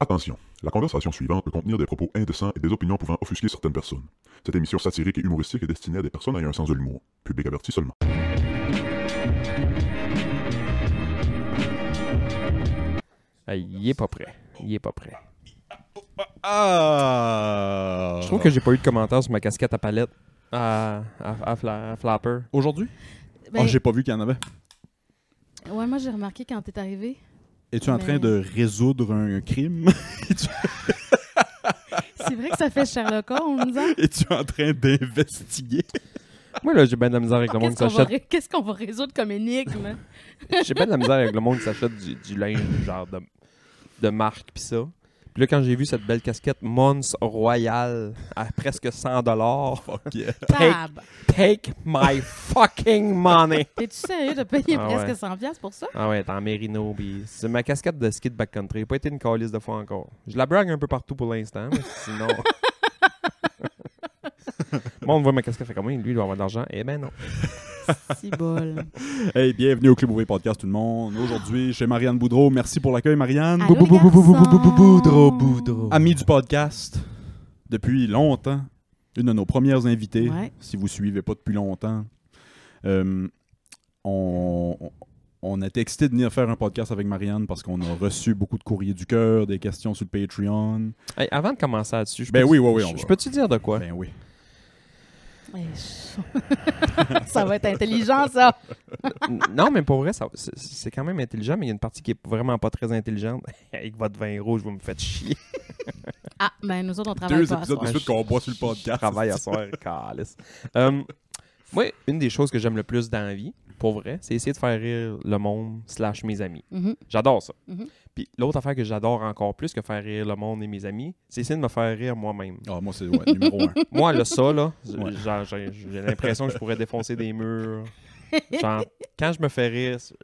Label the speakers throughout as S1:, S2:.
S1: Attention, la conversation suivante peut contenir des propos indécents et des opinions pouvant offusquer certaines personnes. Cette émission satirique et humoristique est destinée à des personnes ayant un sens de l'humour. Public averti seulement.
S2: Ah, il est pas prêt. Il est pas prêt.
S3: Ah!
S2: Je trouve que j'ai pas eu de commentaires sur ma casquette à palette. À, à, à fla- à flapper.
S3: Aujourd'hui?
S4: Ben,
S3: Oh, j'ai pas vu qu'il y en avait.
S4: ouais, moi j'ai remarqué quand t'es arrivé.
S3: Es-tu en
S4: Mais-
S3: train de résoudre un crime?
S4: C'est vrai que ça fait Sherlock Holmes. Hein?
S3: Es-tu en train d'investiguer?
S2: Moi, là, j'ai bien de la misère avec le monde
S4: Ah, Qu'est-ce
S2: qui
S4: qu'on va,
S2: s'achète.
S4: ré- qu'est-ce qu'on va résoudre comme énigme?
S2: J'ai bien de la misère avec le monde qui s'achète du, du linge, genre de, de marque, pis ça. Puis là, quand j'ai vu cette belle casquette Mons Royal à presque 100
S3: Fuck yeah.
S2: Take-
S4: Tab!
S2: take my fucking money!
S4: T'es-tu sérieux de payer
S2: Ah
S4: presque
S2: ouais.
S4: 100$ piastres pour ça?
S2: Ah ouais, t'es en mérino, pis c'est ma casquette de ski de backcountry. Pas été une calice de fois encore. Je la brague un peu partout pour l'instant, mais sinon... Moi, on voit ma casquette, fait comme, oui, lui, il doit avoir de l'argent. Eh ben non.
S4: Si bol.
S3: Hey, bienvenue au Club Ouvrier Podcast, tout le monde. Aujourd'hui, chez Marianne Boudreau. Merci pour l'accueil, Marianne.
S4: Allô, les garçons.
S2: Boudreau,
S4: Ah.
S2: Boudreau.
S3: Amie du podcast, depuis longtemps, une de nos premières invitées.
S4: Ouais.
S3: Si vous suivez pas depuis longtemps, Euh, on, on- on était excités de venir faire un podcast avec Marianne parce qu'on a reçu beaucoup de courriers du cœur, des questions sur le Patreon.
S2: Hey, avant de commencer là-dessus, je
S3: Ben
S2: peux-
S3: oui, oui, oui, on
S2: je- Je
S3: va.
S2: peux-tu dire de quoi?
S3: Ben oui.
S4: Hey, je- Eh, ça va être intelligent, ça!
S2: N- non, mais pour vrai, ça- c'est- c'est quand même intelligent, mais il y a une partie qui est vraiment pas très intelligente. Avec votre vin rouge, vous me faites chier.
S4: Ah, ben nous autres, on travaille
S3: Deux
S4: pas à
S3: épisodes
S4: soir.
S3: de suite qu'on boit sur le podcast.
S2: Travail à soir, calice. Hum, moi, une des choses que j'aime le plus dans la vie, pour vrai, c'est essayer de faire rire le monde slash mes amis.
S4: Mhm.
S2: J'adore ça.
S3: Mm-hmm.
S4: Mhm.
S2: Puis l'autre affaire que j'adore encore plus que faire rire le monde et mes amis, c'est essayer de me faire rire moi-même.
S3: Ah, moi, c'est ouais, numéro un.
S2: Moi, le ça, là, j-
S3: Ouais.
S2: genre, j'ai j'ai l'impression que je pourrais défoncer des murs. Genre, quand je me fais rire, c-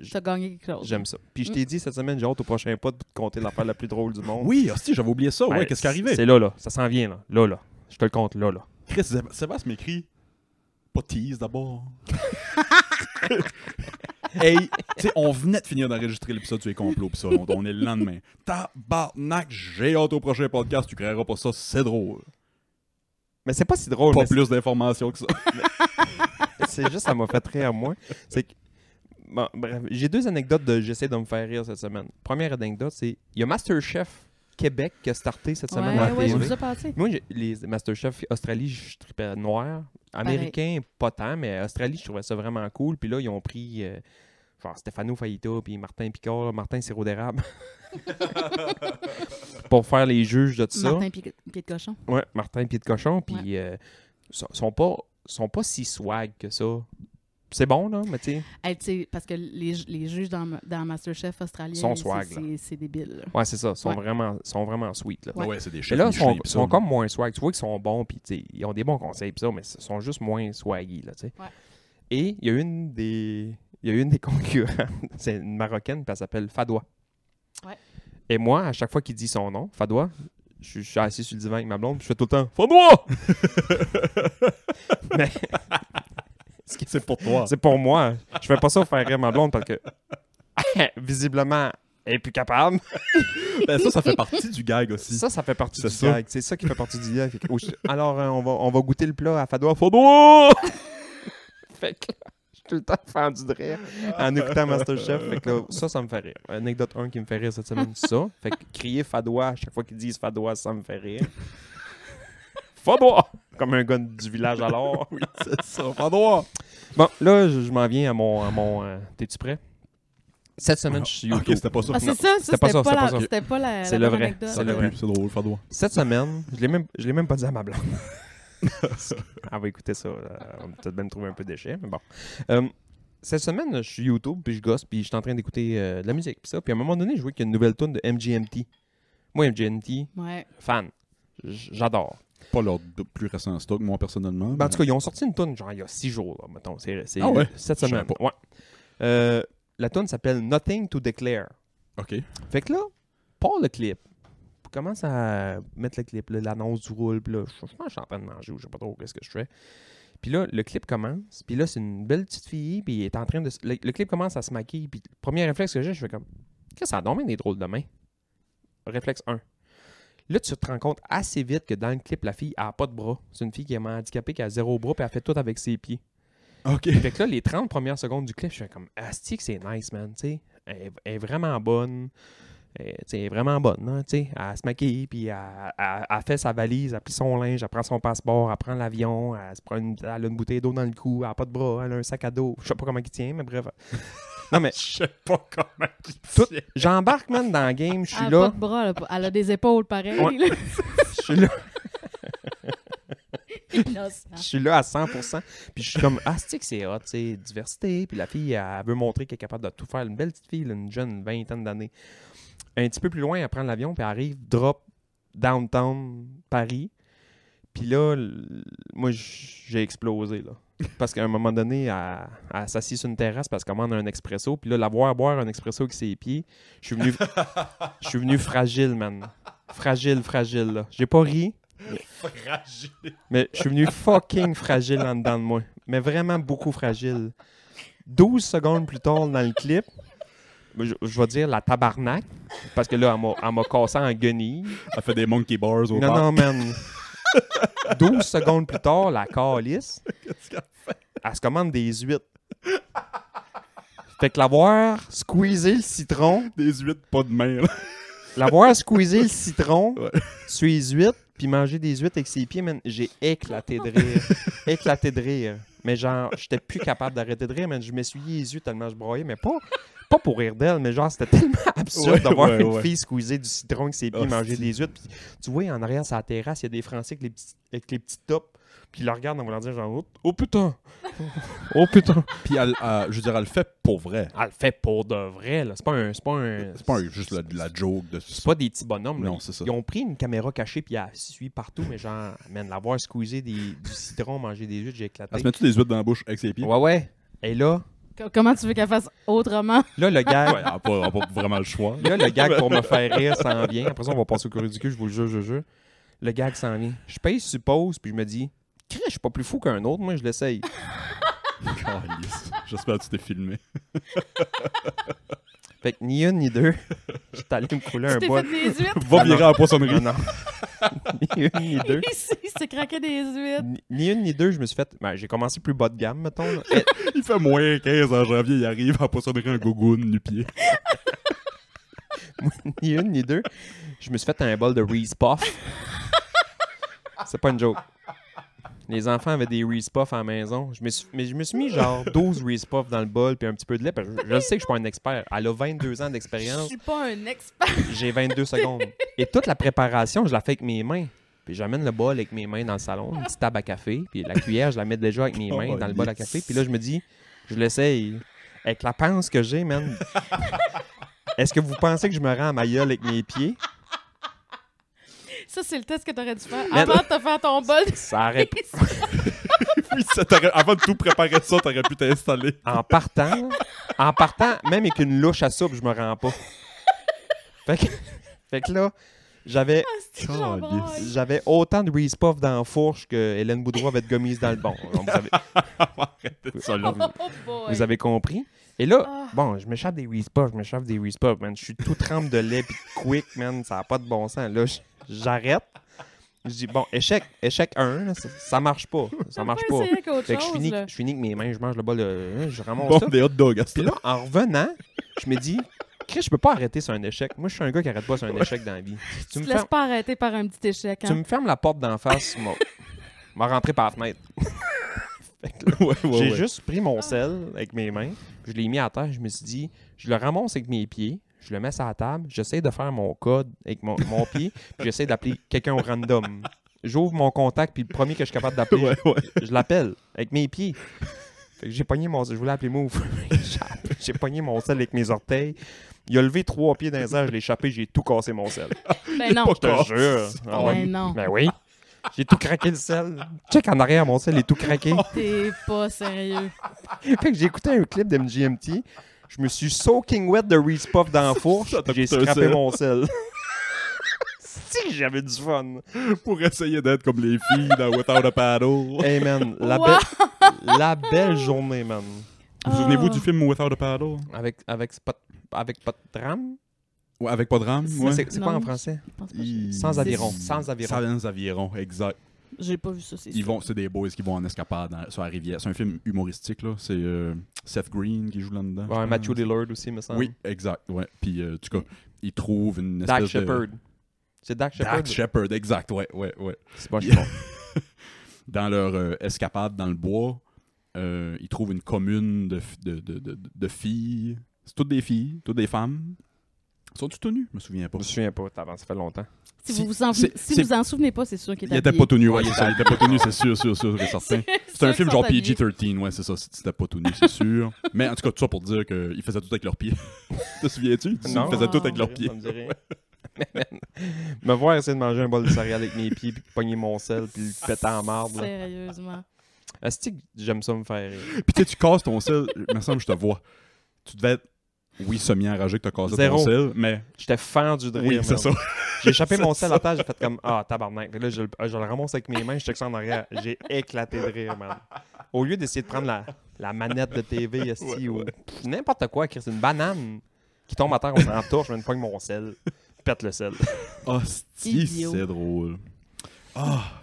S2: j-
S4: T'as gagné quelque chose.
S2: J'aime ça. Puis je t'ai dit cette semaine, j'ai hâte au prochain pas de te compter l'affaire la plus drôle du monde.
S3: Mm. Oui, hostie, j'avais oublié ça.
S2: Ben,
S3: Ouais, qu'est-ce qui est arrivé?
S2: C'est là, là. Ça s'en vient, là. Là, là. Je te le compte, là, là.
S3: Chris, Séb- Sébastien m'écrit pas tease d'abord. hey, tu sais, on venait de finir d'enregistrer l'épisode sur les complots, pis ça, on, on est le lendemain. Tabarnak, j'ai hâte au prochain podcast, tu créeras pas ça, c'est drôle.
S2: Mais c'est pas si drôle.
S3: Pas
S2: mais c'est-
S3: plus d'informations que ça.
S2: C'est juste, ça m'a fait rire, moi. C'est que. Bon, bref, j'ai deux anecdotes de j'essaie de me faire rire cette semaine. Première anecdote, c'est. Il y a Masterchef Québec qui a starté cette
S4: Ouais, Ah
S2: semaine à la
S4: ouais, j'ai
S2: TV.
S4: vu ça passer.
S2: Moi, j'ai- les Masterchef Australie, je tripais noir. Américain, pas tant, mais Australie, je trouvais ça vraiment cool. Puis là, ils ont pris euh, genre Stefano Faita, puis Martin Picard, Martin Sirop d'érable. pour faire les juges de tout ça.
S4: Martin Pied Pied de Cochon.
S2: Ouais, Martin Pied de Cochon, puis euh, so- sont, pas, sont pas si swag que ça. C'est bon, là, mais tu sais.
S4: Hey, tu sais, parce que les, ju- les juges dans, dans Masterchef australien,
S2: Sont
S4: c'est-
S2: swag,
S4: c'est- c'est débile. là.
S2: Ouais, c'est ça. Sont
S4: Ouais.
S2: vraiment, sont vraiment sweet, là.
S4: Ouais.
S3: c'est des
S2: Mais là, ils
S3: Michelin,
S2: sont,
S3: pis ça,
S2: sont
S3: là.
S2: comme moins swag. Tu vois qu'ils sont bons, puis tu sais, ils ont des bons conseils, pis ça, mais ils sont juste moins swaggy, là, tu sais.
S4: Ouais.
S2: Et il y a une des, il y a une des concurrentes, c'est une Marocaine, puis elle s'appelle Fadoua.
S4: Ouais.
S2: Et moi, à chaque fois qu'il dit son nom, Fadoua, je suis- je suis assis sur le divan avec ma blonde, puis je fais tout le temps « Fadoua! Mais
S3: C'est pour toi.
S2: c'est pour moi. hein. Je fais pas ça pour faire rire ma blonde, parce que, visiblement, elle est plus capable.
S3: Ben, ça, ça fait partie du gag aussi.
S2: Ça, ça fait partie
S3: C'est
S2: du
S3: ça.
S2: gag. C'est ça qui fait partie du gag. Fait que, oh, je- Alors, hein, on, va, on va goûter le plat à Fadoua. Fadoua! fait que là, je suis tout le temps fendu de rire en écoutant Masterchef. Fait que là, ça, ça me fait rire. Anecdote 1 qui me fait rire cette semaine, c'est ça. Fait que crier Fadoua à chaque fois qu'ils disent Fadoua, ça me fait rire. Fadoua! Comme un gars du village alors.
S3: Oui, c'est ça. Pas droit.
S2: Bon, là, je, je m'en viens à mon. à mon euh, T'es-tu prêt? Cette semaine, je suis
S3: Ok,
S2: YouTube.
S3: c'était pas ça.
S4: Ah, c'est ça, ça,
S2: c'était pas
S4: c'était
S2: ça,
S4: pas,
S2: c'était
S4: la-
S2: pas ça.
S4: c'était pas la.
S2: C'est
S4: la
S2: le
S4: bonne
S2: vrai,
S4: anecdote.
S2: c'est le vrai.
S3: C'est drôle, pas droit.
S2: Cette semaine, je l'ai même, je l'ai même pas dit à ma blonde. Elle va écouter ça. là. On va peut-être même trouver un peu déchet, mais bon. Euh, cette semaine, je suis YouTube, puis je gosse, puis je suis en train d'écouter euh, de la musique, puis ça. Puis à un moment donné, je vois qu'il y a une nouvelle tune de MGMT. Moi, MGMT,
S4: Ouais.
S2: fan. J- J'adore.
S3: Pas leur d- plus récent stock, moi, personnellement.
S2: Ben, en tout cas, ils ont sorti une tune genre il y a six jours, là, mettons. C'est, c'est,
S3: Mm. Ah ouais?
S2: Cette
S3: Je savais
S2: semaine. Ouais. Euh, la tune s'appelle Nothing to Declare.
S3: OK.
S2: Fait que là, pars le clip. Commence à mettre le clip, là, l'annonce du roule. Puis là, je, je pense que je suis en train de manger ou je sais pas trop qu'est-ce que je fais. Puis là, le clip commence. Puis là, c'est une belle petite fille. Puis elle est en train de. se- Le, le clip commence à se maquiller. Puis le premier réflexe que j'ai, je fais comme. Qu'est-ce que ça a dormi des drôles de mains? réflexe 1. Là, tu te rends compte assez vite que dans le clip, la fille n'a pas de bras. C'est une fille qui est handicapée, qui a zéro bras, puis elle fait tout avec ses pieds.
S3: OK.
S2: Fait que là, les 30 premières secondes du clip, je suis comme, Asti, que c'est nice, man. tu sais. Elle, est- elle est vraiment bonne. Elle, tu sais, elle est vraiment bonne. Hein, tu sais. elle se maquille, puis elle, elle- elle fait sa valise, elle plie son linge, elle prend son passeport, elle prend l'avion, elle, se prend une, elle a une bouteille d'eau dans le cou, elle n'a pas de bras, elle a un sac à dos. Je sais pas comment il tient, mais bref. Non, mais
S5: Je sais pas comment il
S2: Tout-
S5: tient.
S2: j'embarque, man, dans le game, je
S4: elle
S2: suis
S4: a
S2: là.
S4: Ah, pas de bras, elle a, elle a des épaules pareilles.
S2: Ouais.
S4: là.
S2: Je suis là.
S4: Innocent.
S2: Je suis là à 100%. Puis je suis comme, ah, c'est que c'est hot, tu sais, diversité. Puis la fille, elle veut montrer qu'elle est capable de tout faire. Une belle petite fille, là, une jeune, une vingtaine d'années. Un petit peu plus loin, elle prend l'avion, puis elle arrive, drop, downtown, Paris. Puis là, l- moi, j- j'ai explosé, là. Parce qu'à un moment donné, elle, elle s'assied sur une terrasse parce qu'elle commande un expresso. Puis là, la voir boire un expresso avec ses pieds, je suis venu, je suis venu fragile, man. Fragile, fragile, là. J'ai pas ri,
S5: Fragile.
S2: mais je suis venu fucking fragile en dedans de moi. Mais vraiment beaucoup fragile. 12 secondes plus tard dans le clip, ben, je, je vais dire la tabarnak, parce que là, elle m'a- elle m'a cassé en guenille.
S3: Elle fait des monkey bars au
S2: Non,
S3: bar.
S2: non, man. 12 secondes plus tard, la calice, elle se commande des huîtres. Fait que l'avoir squeezé le citron,
S3: Des huîtres, pas de main. là.
S2: L'avoir squeezé le citron
S3: Ouais.
S2: sur les huîtres, puis manger des huîtres avec ses pieds, man, j'ai éclaté de rire. éclaté de rire. Mais genre, j'étais plus capable d'arrêter de rire, man. Je m'essuyais les yeux tellement je broyais, mais pas, pas pour rire d'elle, mais genre, c'était tellement absurde
S3: Ouais,
S2: de voir
S3: ouais,
S2: une
S3: ouais.
S2: fille squeezer du citron avec ses pieds,
S3: Hostie.
S2: manger des huîtres. Puis tu vois, en arrière, sur la terrasse, il y a des Français avec les petits, avec les petits tops, puis ils le regardent en voulant dire genre, oh, oh putain, oh putain.
S3: Puis, elle, elle- je veux dire, elle le fait pour vrai.
S2: Elle le fait pour de vrai, là. C'est pas un. C'est pas un.
S3: C'est pas un- juste la, la joke de
S2: C'est pas des petits bonhommes. là.
S3: Non, c'est ça.
S2: Ils ont pris une caméra cachée puis elle suit partout, mais genre, man, l'avoir squeezé des, du citron, mangé des huîtres, j'ai éclaté.
S3: Elle se met toutes les huîtres dans la bouche avec ses pieds.
S2: Ouais, ouais. Et là,
S4: Co- Comment tu veux qu'elle fasse autrement?
S2: là, le gag,
S3: Elle n'a pas, elle a pas vraiment le choix.
S2: là, le gag pour me faire rire s'en vient. Après ça, on va passer au courrier du cul, je vous le jure, je jure. Le gag s'en vient. Je paye suppose, puis je me dis, Crée, je suis pas plus fou qu'un autre, moi, je l'essaye.
S3: Calisse. J'espère que tu t'es filmé.
S2: Fait que ni une ni deux, je suis allé me couler
S4: Tu
S2: un
S4: t'es
S2: bol.
S4: fait des huîtres
S3: Va virer à la poissonnerie.
S2: Non, non. ni une ni deux.
S4: ici, il s'est craqué des huîtres.
S2: Ni- Ni une ni deux, je me suis fait. ben, j'ai commencé plus bas de gamme, mettons. là. Eh,
S3: Il fait moins 15 en janvier, il arrive à la poissonnerie en gougoune, nu pied.
S2: ni une ni deux. Je me suis fait un bol de Reese Puff. C'est pas une joke. Les enfants avaient des Reese Puff à la maison. Je me suis, mais je me suis mis genre 12 Reese Puff dans le bol puis un petit peu de lait. Parce que je, je le sais que je suis pas un expert. Elle a 22 ans
S4: Je
S2: d'expérience.
S4: suis pas un expert.
S2: J'ai 22 secondes. Et toute la préparation, je la fais avec mes mains. Puis j'amène le bol avec mes mains dans le salon, une petite table à café. Puis la cuillère, je la mets déjà avec mes mains dans le bol à café. Puis là, je me dis, je l'essaye. Avec la pince que j'ai, man. Est-ce que vous pensez que je me rends à ma gueule avec mes pieds?
S4: Ça, c'est le test que t'aurais dû faire
S2: Mais-
S4: avant de te faire ton bol.
S2: Ça aurait pu-
S3: Puis ça t'aurait- avant de tout préparer ça, t'aurais pu t'installer.
S2: En partant, en partant, même avec une louche à soupe, je me rends pas. Fait que, fait que là, j'avais
S4: C'est genre
S3: Calisse.
S4: broye.
S2: j'avais autant de Reese Puff dans la fourche que Hélène Boudreau avait de gommise dans le bon. Vous avez,
S3: Ça, là.
S4: Oh, oh boy.
S2: vous avez compris? Et là,
S4: Ah.
S2: bon, je m'échappe des Reese Puff, je m'échappe des Reese Puff, man. Je suis tout trempe de lait puis de quick, man. Ça n'a pas de bon sens. Là, j- j'arrête. Je dis, bon, échec, échec 1, ça, ça marche pas. Ça marche pas.
S4: essayer avec autre
S2: Fait que je
S4: chose,
S2: finis,
S4: là.
S2: je finis avec mes mains, je mange le bol, de- hein, je ramasse
S3: Bon,
S2: ça.
S3: des hot dogs, à ce
S2: Puis là, en revenant, je me dis, Chris, je peux pas arrêter sur un échec. Moi, je suis un gars qui arrête pas sur un échec dans la vie. Si tu,
S4: Tu
S2: me
S4: te laisses
S2: fermes,
S4: pas arrêter par un petit échec.
S2: tu
S4: Hein?
S2: me fermes la porte d'en face, moi, m'a rentré par la fenêtre. Fait que là,
S3: Ouais, ouais,
S2: J'ai
S3: ouais.
S2: juste pris mon sel avec mes mains, je l'ai mis à terre, je me suis dit, je le ramasse avec mes pieds, je le mets sur la table, j'essaie de faire mon code avec mon, mon pied, puis j'essaie d'appeler quelqu'un au random. J'ouvre mon contact, puis le premier que je suis capable d'appeler,
S3: Ouais, ouais.
S2: je l'appelle avec mes pieds. Fait que j'ai pogné mon. Je voulais appeler Move. J'ai- j'ai pogné mon sel avec mes orteils. Il a levé trois pieds dans les airs, je l'ai échappé, j'ai tout cassé mon sel.
S4: Ben
S3: Oh,
S4: non.
S2: Je te jure. Ah ouais.
S4: Ben non.
S2: Ben oui. J'ai tout craqué le sel. Check en arrière, mon sel est tout craqué.
S4: T'es pas sérieux.
S2: Fait que j'ai écouté un clip d'MGMT. Je me suis soaking wet de Reese Puff dans la fourche.
S3: Ça t'a
S2: puis J'ai
S3: coûté un
S2: scrappé
S3: sel.
S2: mon sel. si j'avais du fun.
S3: Pour essayer d'être comme les filles dans Without a Paddle.
S2: Hey man, la,
S4: Wow.
S2: belle- la belle journée, man.
S3: Vous souvenez-vous du film Without a Paddle?
S2: Avec, avec, pas, de- avec pas de drame?
S3: Ouais, avec pas de rame,
S2: Ça,
S3: ouais.
S2: C'est c'est quoi
S4: Non.
S2: en français?
S4: Je pense pas que je-
S3: Ils-
S2: Sans aviron.
S4: C'est-
S2: Sans aviron.
S3: Sans aviron, exact.
S4: J'ai pas vu ça, c'est
S3: Ils
S4: sûr.
S3: vont, c'est des boys qui vont en escapade dans- sur la rivière. C'est un film humoristique là. C'est euh, Seth Green qui joue là dedans. je
S2: Ouais,
S3: pense.
S2: Matthew Lillard aussi, me semble.
S3: Oui, exact. Ouais. Puis euh, en tout cas, ils trouvent une espèce
S2: Dak
S3: de
S2: Shepard. C'est Dak Shepard.
S3: Dak Shepard, exact. Ouais, ouais, ouais.
S2: C'est pas
S3: Il-
S2: Shepard.
S3: Dans leur euh, escapade dans le bois, euh, ils trouvent une commune de, f- de, de, de, de filles. C'est toutes des filles, toutes des femmes. Sont-tu tenues Je me souviens pas.
S2: Je me souviens pas, t'avances, ça fait longtemps.
S4: Si,
S3: Si-
S4: vous vous en,
S3: c'est-
S4: si
S3: c'est-
S4: vous en souvenez pas, c'est sûr qu'il
S3: Il
S4: était
S3: était pas tout nu, ouais,
S2: Ouais,
S3: c'est ça. Il était pas tout nu, c'est sûr, sûr, sûr, et certain. C'est un film genre PG-13, ouais, c'est ça. C'était pas tout nu, c'est sûr. Mais en tout cas, tout ça pour dire qu'ils faisaient tout avec leurs pieds. Te souviens-tu?
S2: Non.
S3: Ils faisaient tout avec
S4: Ah,
S3: leurs pieds.
S2: Ça me dit rien. me voir essayer de manger un bol de céréales avec mes pieds, puis pogner mon sel, puis le péter en marbre. là.
S4: Sérieusement.
S2: Asti que j'aime ça me faire rire.
S3: Puis tu sais, tu casses ton sel, il me semble que je te vois. Tu devais être, oui, semi-enragé que t'as cassé
S2: Zéro.
S3: ton sel, mais
S2: J'étais fendu de rire.
S3: oui, c'est
S2: man.
S3: ça.
S2: J'ai échappé mon sel à terre, j'ai fait comme Ah, tabarnak. Puis là, je, le- ah, je le ramasse avec mes mains, je check ça en arrière. J'ai éclaté de rire, man. Au lieu d'essayer de prendre la, la manette de TV, esti, ou pff, n'importe quoi, Chris, une banane qui tombe à terre, on s'en touche, je me pogne mon sel, pète le sel.
S3: Hostie,
S4: Idiot.
S3: Ah, c'est drôle. Ah,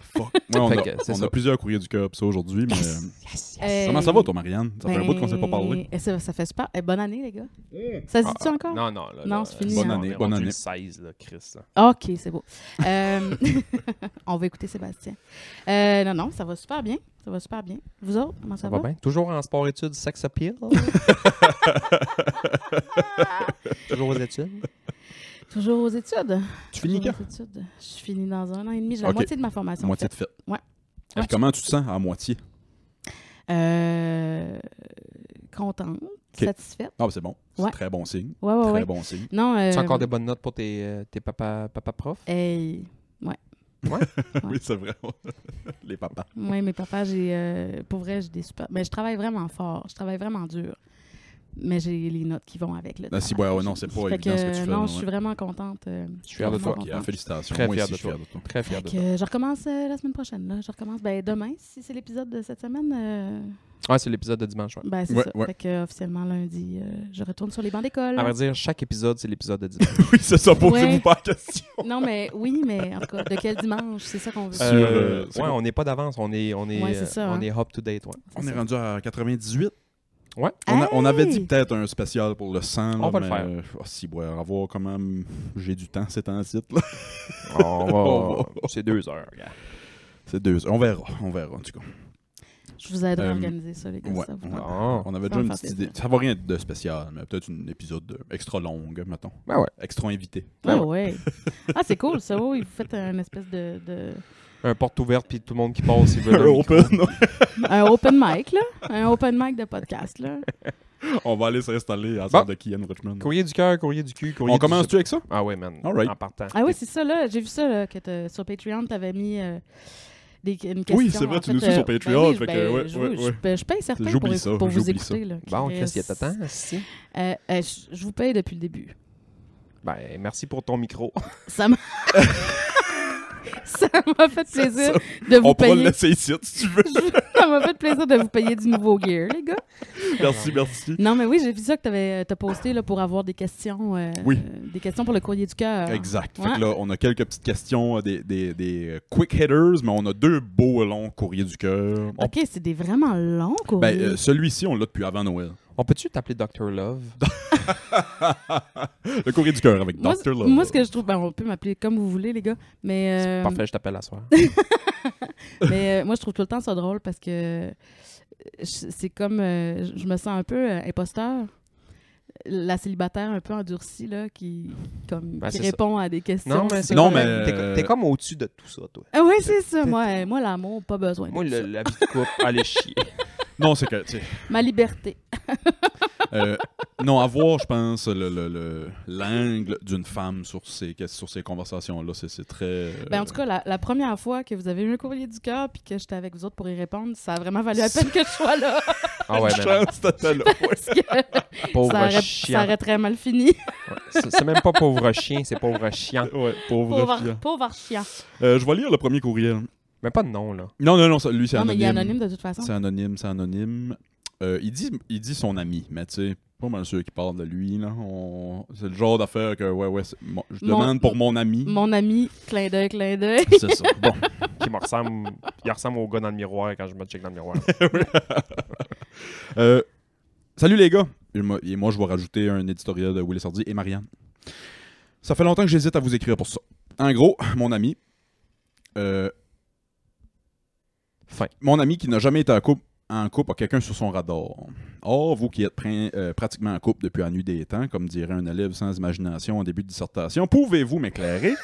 S3: fuck. Ouais, on
S2: Fait
S3: a,
S2: que c'est
S3: on a
S2: ça.
S3: plusieurs courriers du cœur, pis ça, aujourd'hui, mais...
S4: Euh,
S3: Ah, Comment ça va, toi, Marianne? Ça fait un
S4: ben,
S3: bout qu'on s'est pas parlé.
S4: eh, Ça, ça fait super. Eh, bonne année, les gars. Ça se dit-tu
S2: Ah,
S4: encore?
S2: Non, non, là.
S4: Non,
S2: là,
S4: c'est fini,
S3: Bonne
S4: hein.
S3: année,
S2: on est
S3: bonne
S2: rendu
S3: année.
S2: le 16, là, Chris. là.
S4: Ok, c'est beau. Euh, on va écouter Sébastien. Euh, non, non, ça va super bien. Ça va super bien. Vous autres, comment ça,
S2: Ça va bien? Toujours en sport-études, sex appeal? Toujours aux études?
S4: Toujours aux études.
S3: Tu finis quand?
S4: Toujours aux études. Je finis dans un an et demi. J'ai
S3: Ok.
S4: la moitié de ma formation.
S3: Moitié
S4: faite.
S3: de fait.
S4: Ouais.
S3: Puis
S4: Ouais.
S3: comment tu te sens à moitié?
S4: Euh, contente, satisfaite.
S3: Ah, ben, c'est bon. C'est
S4: Ouais.
S3: très bon signe.
S4: Ouais, ouais,
S3: très
S4: ouais.
S3: bon signe.
S4: Non, euh,
S2: Tu as encore des bonnes notes pour tes, euh, tes papa, papa prof?
S4: hey,
S3: Oui, c'est vrai. Les papas.
S4: Oui, mais papa, j'ai. euh, pour vrai, j'ai des super. Mais je travaille vraiment fort. Je travaille vraiment dur. Mais j'ai les notes qui vont avec. le
S3: Ah, si,
S4: travail.
S3: ouais, ouais, non, c'est pas
S4: Fait
S3: évident
S4: que,
S3: ce que tu fais,
S4: Non,
S3: non,
S4: je suis
S3: ouais.
S4: vraiment contente. euh,
S2: Je suis fier de
S4: vraiment
S2: toi.
S3: Fuck yeah,
S4: contente.
S3: félicitations.
S2: Très
S3: Moi
S2: fier
S3: aussi,
S2: de
S3: je suis
S2: toi.
S3: fier de toi.
S2: Très fier de
S4: Fait que,
S2: toi.
S4: euh, je recommence euh, la semaine prochaine. Là. Je recommence ben, demain, si c'est l'épisode de cette semaine. euh,
S2: Ah, c'est l'épisode de dimanche. ouais.
S4: ben, c'est
S3: Ouais,
S4: ça.
S3: ouais.
S4: Fait que, euh, officiellement, lundi, euh, je retourne sur les bancs d'école.
S2: À
S3: Ah,
S2: vrai dire, chaque épisode, c'est l'épisode de dimanche.
S3: Oui, c'est ça,
S4: Ouais.
S3: posez-vous pas la question.
S4: Non, mais oui, mais en tout cas, de quel dimanche? C'est ça qu'on veut.
S3: Euh,
S2: Euh,
S3: c'est
S2: ouais,
S3: quoi?
S2: on n'est pas d'avance. On est, on est, euh,
S4: Ouais, c'est ça,
S2: on
S4: hein.
S2: est up to date. Ouais.
S4: C'est
S3: On est
S4: ça.
S3: rendu à 98.
S2: Ouais.
S3: On, a- on avait
S4: Hey!
S3: dit peut-être un spécial pour le sang.
S2: On
S3: là,
S2: va le
S3: mais,
S2: faire.
S3: euh, oh, si, ouais, on va voir comment mm, j'ai du temps, c'est en site.
S2: On va-
S3: On
S2: c'est deux heures. regarde.
S3: C'est deux. On verra. On verra, en tout cas.
S4: Je vous aiderai à
S3: Euh,
S4: organiser ça, les gars.
S3: ouais,
S4: ça vous
S3: ouais.
S4: tente.
S2: Bon.
S3: On avait
S4: Ça
S3: déjà
S4: va
S3: une
S4: faire
S3: petite
S4: plaisir.
S3: idée. Ça va rien de spécial, mais peut-être un épisode euh, extra longue, mettons.
S2: Ben ouais.
S3: Extra invité.
S4: Ah ouais. Ah, c'est cool, ça. Oui, vous faites un espèce de, de-
S2: Un porte ouverte, puis tout le monde qui passe, il veut
S3: Un
S2: le micro.
S3: open.
S4: Un open mic, là. Un open mic de podcast, là.
S3: on va aller s'installer à la
S2: Bon.
S3: salle de Kian Richmond.
S2: Courrier du cœur, courrier du cul, courrier
S3: On
S2: du-
S3: commence-tu avec ça?
S2: Ah ouais, man.
S3: All right.
S2: En partant.
S4: Ah oui, c'est ça, là. J'ai vu ça, là, que t'as- sur Patreon, t'avais mis euh, des, une question.
S3: Oui, c'est vrai,
S4: en
S3: tu
S4: fait,
S3: nous suis sur
S4: ben
S3: Patreon,
S4: oui,
S3: fait que,
S4: ben,
S3: ouais,
S4: je,
S3: ouais,
S4: je-
S3: ouais.
S4: ben, je paye certains
S3: J'oublie
S4: pour,
S3: ça,
S4: pour vous
S3: j'oublie ça.
S4: écouter, là.
S2: Bon, Chris, il y a
S4: Chris.
S2: t'attend. Si.
S4: Euh, euh, je- je vous paye depuis le début.
S2: Ben, merci pour ton micro.
S4: Ça m'a... ça m'a fait plaisir de vous
S3: On pourra le
S4: payer.
S3: laisser ici si tu veux.
S4: ça m'a fait plaisir de vous payer du nouveau gear, les gars.
S3: merci, merci.
S4: Non, mais oui, j'ai vu ça que t'avais, euh, t'as posté là, pour avoir des questions. euh,
S3: Oui.
S4: euh, des questions pour le courrier du cœur.
S3: Exact. Fait
S4: Ouais.
S3: que là, on a quelques petites questions, euh, des, des, des, euh, quick hitters, mais on a deux beaux euh, longs courriers du cœur. On-
S4: OK, c'est des vraiment longs courriers.
S3: Ben, euh, celui-ci, on l'a depuis avant Noël.
S2: On peut-tu t'appeler Dr. Love?
S3: Le courrier du cœur avec
S4: moi,
S3: Dr. Love.
S4: moi, ce que je trouve, ben, on peut m'appeler comme vous voulez, les gars, mais, euh,
S2: Parfait, je t'appelle à soir.
S4: mais euh, moi, je trouve tout le temps ça drôle parce que euh, je- c'est comme, euh, je- je me sens un peu euh, imposteur. La célibataire un peu endurcie, là, qui, comme,
S2: Ben,
S4: qui
S2: c'est ça.
S4: répond à des questions. euh,
S2: Non, mais euh, c'est
S3: Non,
S2: comme-
S3: mais-
S2: T'es, t'es comme au-dessus de tout ça, toi.
S4: Ah ouais, c'est ça. Moi, euh, moi l'amour, pas besoin. de
S2: Moi,
S4: tout
S2: le,
S4: ça.
S2: la vie de couple, allez chier.
S3: Non, c'est que, tu sais,
S4: Ma liberté.
S3: euh, non, avoir, je pense, le- le- le- l'angle d'une femme sur ces, sur ces conversations-là, c'est c'est très. euh,
S4: Ben, en tout cas, la, la première fois que vous avez eu un courrier du cœur puis que j'étais avec vous autres pour y répondre, ça a vraiment valu la peine que je sois là.
S2: Ah ouais, man.
S3: chance totale.
S4: parce que
S2: Pauvre
S4: ça aurait,
S2: chien.
S4: ça aurait très mal fini.
S2: Ouais, C'est c'est même pas pauvre chien, c'est pauvre chien.
S3: Ouais, pauvre,
S4: Pauvre,
S3: chien.
S4: pauvre chien.
S3: Euh, je vais lire le premier courriel.
S2: Mais pas de nom, là.
S3: Non, non, non, ça- lui, c'est
S4: Non, mais il est
S3: anonyme.
S4: anonyme de toute façon.
S3: C'est anonyme, c'est anonyme. Euh, il, dit, il dit son ami, mais tu sais, pas mal sûr qu'il parle de lui. là. On- C'est le genre d'affaire que, ouais, ouais, c'est- mon- je
S4: Mon-
S3: demande pour mon ami.
S4: Mon ami, clin d'œil, clin d'œil.
S3: C'est ça. Bon.
S2: Qui me ressemble. Il ressemble au gars dans le miroir quand je me check dans le miroir.
S3: Euh, salut les gars. Et moi, et moi, je vais rajouter un éditorial de Willis Hardy et Marianne. Ça fait longtemps que j'hésite à vous écrire pour ça. En gros, mon ami. euh,
S2: Fin.
S3: Mon ami qui n'a jamais été en couple, en couple a quelqu'un sur son radar. Or, vous qui êtes prin- euh, pratiquement en couple depuis la nuit des temps, comme dirait un élève sans imagination en début de dissertation, pouvez-vous m'éclairer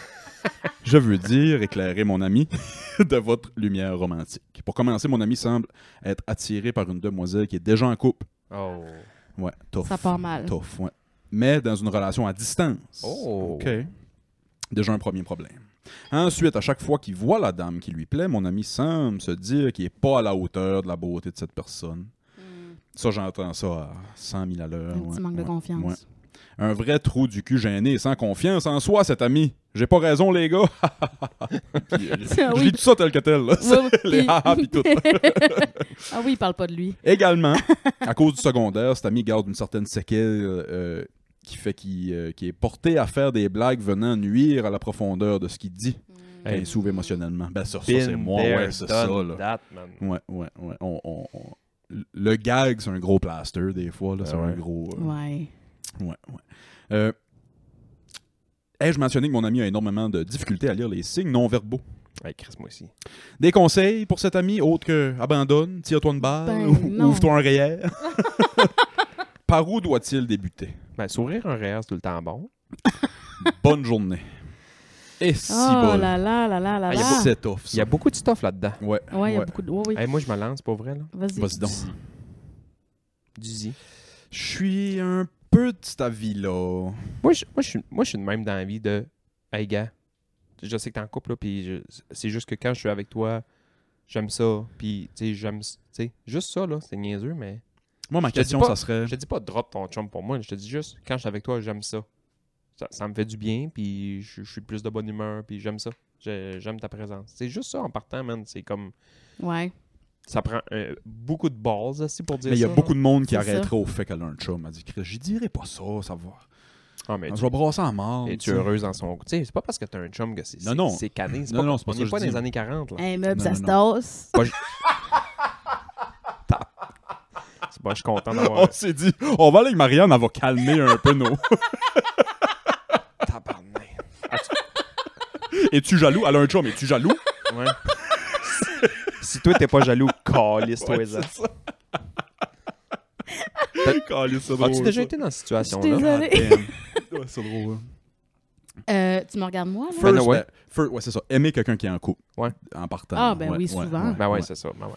S3: Je veux dire, éclairer mon ami de votre lumière romantique. Pour commencer, mon ami semble être attiré par une demoiselle qui est déjà en couple.
S2: Oh.
S3: Ouais, tough.
S4: Ça part mal.
S3: Tough, ouais. Mais dans une relation à distance.
S2: Oh.
S3: OK. Déjà un premier problème. Ensuite, à chaque fois qu'il voit la dame qui lui plaît, mon ami semble se dire qu'il n'est pas à la hauteur de la beauté de cette personne. Ça, j'entends ça à 100 000 à l'heure.
S4: Un petit
S3: Ben ouais,
S4: manque de
S3: ouais,
S4: confiance.
S3: ouais. Un vrai trou du cul gêné et sans confiance en soi, cet ami. J'ai pas raison, les gars. Puis, euh,
S4: Ah
S3: Je
S4: oui.
S3: lis tout ça tel que tel. là.
S4: Oui, oui,
S3: les
S4: puis-
S3: ha-ha puis tout.
S4: ah oui, il parle pas de lui.
S3: Également, à cause du secondaire, cet ami garde une certaine séquelle euh, qui fait qu'il euh, qu'il est porté à faire des blagues venant nuire à la profondeur de ce qu'il dit.
S2: Mm. Hey.
S3: Il s'ouvre émotionnellement. Ben ça, ça, c'est
S2: Been
S3: moi,
S2: there,
S3: ouais, c'est ça.
S2: done
S3: Là.
S2: that, man.
S3: Ouais, ouais, ouais. On- on- on- Le gag, c'est un gros plaster des fois. là. C'est
S2: Ah ouais.
S3: un gros... euh,
S4: Ouais.
S3: Ouais, ouais. Euh, Ai-je mentionné que mon ami a énormément de difficultés à lire les signes non verbaux?
S2: Hey, Chris, moi aussi.
S3: Des conseils pour cet ami, autre que abandonne, tire-toi une balle,
S4: Ben,
S3: ou-
S4: non.
S3: ouvre-toi un rayet. Par où doit-il débuter?
S2: Ben, sourire un réel, c'est tout le temps bon.
S3: Bonne journée. Et si
S4: oh
S3: bol.
S4: là là là là là
S2: Ah, il y a
S4: là.
S3: C'est tough,
S2: Il y
S3: ça.
S2: a beaucoup de stuff là-dedans.
S3: Ouais,
S4: Ouais, il y a
S3: ouais.
S4: beaucoup de. Ouais, oui.
S2: Hey, moi, je me lance, pour vrai, là.
S4: Vas-y.
S3: Vas-y donc.
S2: Du zi.
S3: Je suis un peu de cet avis-là.
S2: Moi, je, moi, je, suis- moi, je suis de même dans la vie de Hey, gars, je sais que t'es en couple, là, puis je- c'est juste que quand je suis avec toi, j'aime ça, puis, tu sais, j'aime. Tu sais, juste ça, là, c'est niaiseux, mais.
S3: Moi, ma
S2: Je te dis
S3: question,
S2: pas-
S3: ça serait.
S2: Je te dis pas drop ton chum pour moi, je te dis juste, quand je suis avec toi, j'aime ça. ça. ça me fait du bien, puis je, je suis plus de bonne humeur, puis j'aime ça. Je- J'aime ta présence. C'est juste ça en partant, man. C'est comme.
S4: Ouais.
S2: Ça prend euh, beaucoup de balles, aussi, pour dire
S3: Mais il y a
S2: ça,
S3: beaucoup
S2: là.
S3: de monde qui
S4: C'est ça.
S3: arrêterait au fait qu'elle a un chum. Elle dit, Chris, j'y dirais pas ça, ça va.
S2: Ah, mais
S3: Je vais brasser en mort.
S2: Et tu
S3: tu
S2: es
S3: sais.
S2: heureuse dans son. Tu sais, c'est pas parce que t'as un chum que c'est
S3: Non, non.
S2: c'est- c'est cané.
S3: Non, non, c'est pas
S2: on
S3: ça
S2: n'est
S3: que
S2: pas
S3: je
S2: dans les
S3: dis.
S2: années 40. Là.
S4: Un meuble,
S3: Non,
S4: ça
S3: non,
S4: se
S3: non.
S4: tasse.
S2: C'est bon, je suis content
S3: On
S2: d'avoir.
S3: s'est dit, on va aller avec Marianne, elle va calmer un peu nos.
S2: Tabarnak.
S3: Es-tu jaloux? Elle a un chum, es-tu jaloux?
S2: Ouais. si toi, t'es pas jaloux, calisse toi ça.
S3: Calisse, c'est
S2: As-tu
S3: drôle,
S2: déjà
S3: ça.
S2: été dans cette
S4: Je suis
S2: situation-là?
S4: désolée. Ah,
S3: Ouais, c'est drôle.
S4: hein. Euh, tu me regardes moi, là?
S3: First,
S2: Ben ouais.
S3: ben, first- ouais, c'est ça. Aimer quelqu'un qui est en couple.
S2: Ouais.
S3: En partant.
S4: Ah, ben
S3: Ouais,
S4: oui,
S3: ouais,
S4: souvent.
S3: ouais,
S2: Ben ouais,
S3: ouais.
S2: c'est ça. Ben ouais.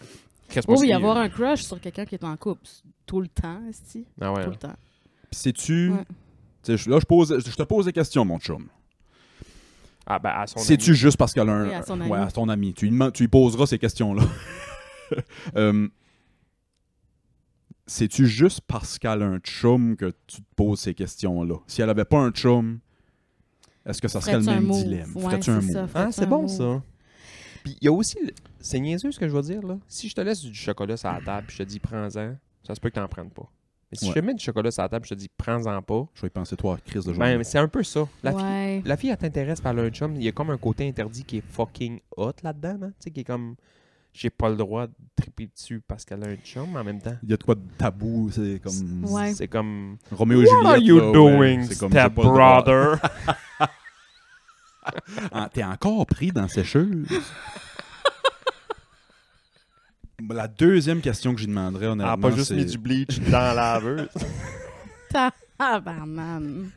S2: Qu'est-ce
S4: Oui,
S2: que
S4: oui,
S2: c'est?
S4: avoir un crush sur quelqu'un qui est en couple. Tout le temps, si.
S2: Ah ouais.
S4: Tout le temps.
S3: Puis sais-tu.
S4: Ouais.
S3: Tu sais, je- Là, je, pose, je te pose des questions, mon chum.
S2: Ah, ben, à son
S3: C'est-tu
S2: ami.
S3: juste parce qu'elle a un.
S4: Oui, à son
S3: Ouais,
S4: ami.
S3: à ton ami. Tu lui, demandes- tu lui poseras ces questions-là. Euh, C'est-tu juste parce qu'elle a un chum que tu te poses ces questions-là? Si elle avait pas un chum, est-ce que ça serait le
S4: Ferais-tu un
S3: même
S4: move?
S3: dilemme?
S4: Ouais,
S3: Ferais-tu
S4: c'est
S3: un
S4: ça,
S3: move? Hein,
S4: ferais-tu
S2: Ah, c'est
S4: un
S2: bon,
S4: move?
S2: ça. Puis il y a aussi. le- C'est niaiseux ce que je veux dire, là. Si je te laisse du chocolat sur la table, puis je te dis prends-en, ça se peut que t'en prennes pas. Mais si
S3: Ouais.
S2: je te mets du chocolat sur la table, puis je te dis prends-en pas,
S3: Je vais y penser, toi, crise de journée.
S2: ben, c'est un peu ça. La fille,
S4: ouais.
S2: La fille, elle t'intéresse par un chum. Il y a comme un côté interdit qui est fucking hot là-dedans, hein? Tu sais, qui est comme. J'ai pas le droit de triper dessus parce qu'elle a un chum mais en même temps.
S3: Il y a de quoi de tabou, c'est comme
S4: Ouais.
S2: C'est comme.
S3: Roméo et Juliette.
S2: What are you
S3: là, ouais,
S2: doing,
S3: c'est comme, j'ai pas le droit.
S2: stepbrother?
S3: Ah, T'es encore pris dans ces choses. La deuxième question que je lui demanderais, honnêtement,
S2: Ah, pas juste
S3: c'est-
S2: mis du bleach dans la laveuse.
S4: Ah, ben, man.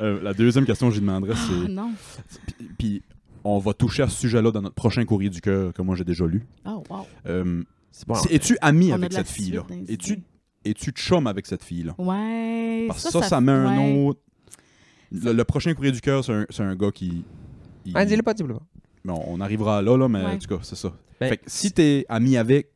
S3: Euh, la deuxième question que je lui demanderais,
S4: Ah,
S3: c'est...
S4: non.
S3: Puis- Puis on va toucher à ce sujet-là dans notre prochain courrier du cœur que moi j'ai déjà lu.
S4: Oh, wow.
S3: Euh,
S2: C'est bon.
S3: c'est- Es-tu ami
S4: On a
S3: avec
S4: de la
S3: cette fille-là?
S4: suite dans les
S3: Es-tu
S4: idées.
S3: es-tu chum avec cette fille-là?
S4: Ouais.
S3: Parce que ça, ça, met
S4: ouais.
S3: un autre... Le, le prochain courrier du cœur, c'est un, c'est un gars qui... il-
S2: Ah, dis-le pas, dis-le pas.
S3: Bon, on arrivera là, là mais
S4: Ouais.
S3: en tout cas, c'est ça.
S2: Ben,
S3: fait que si t'es ami avec...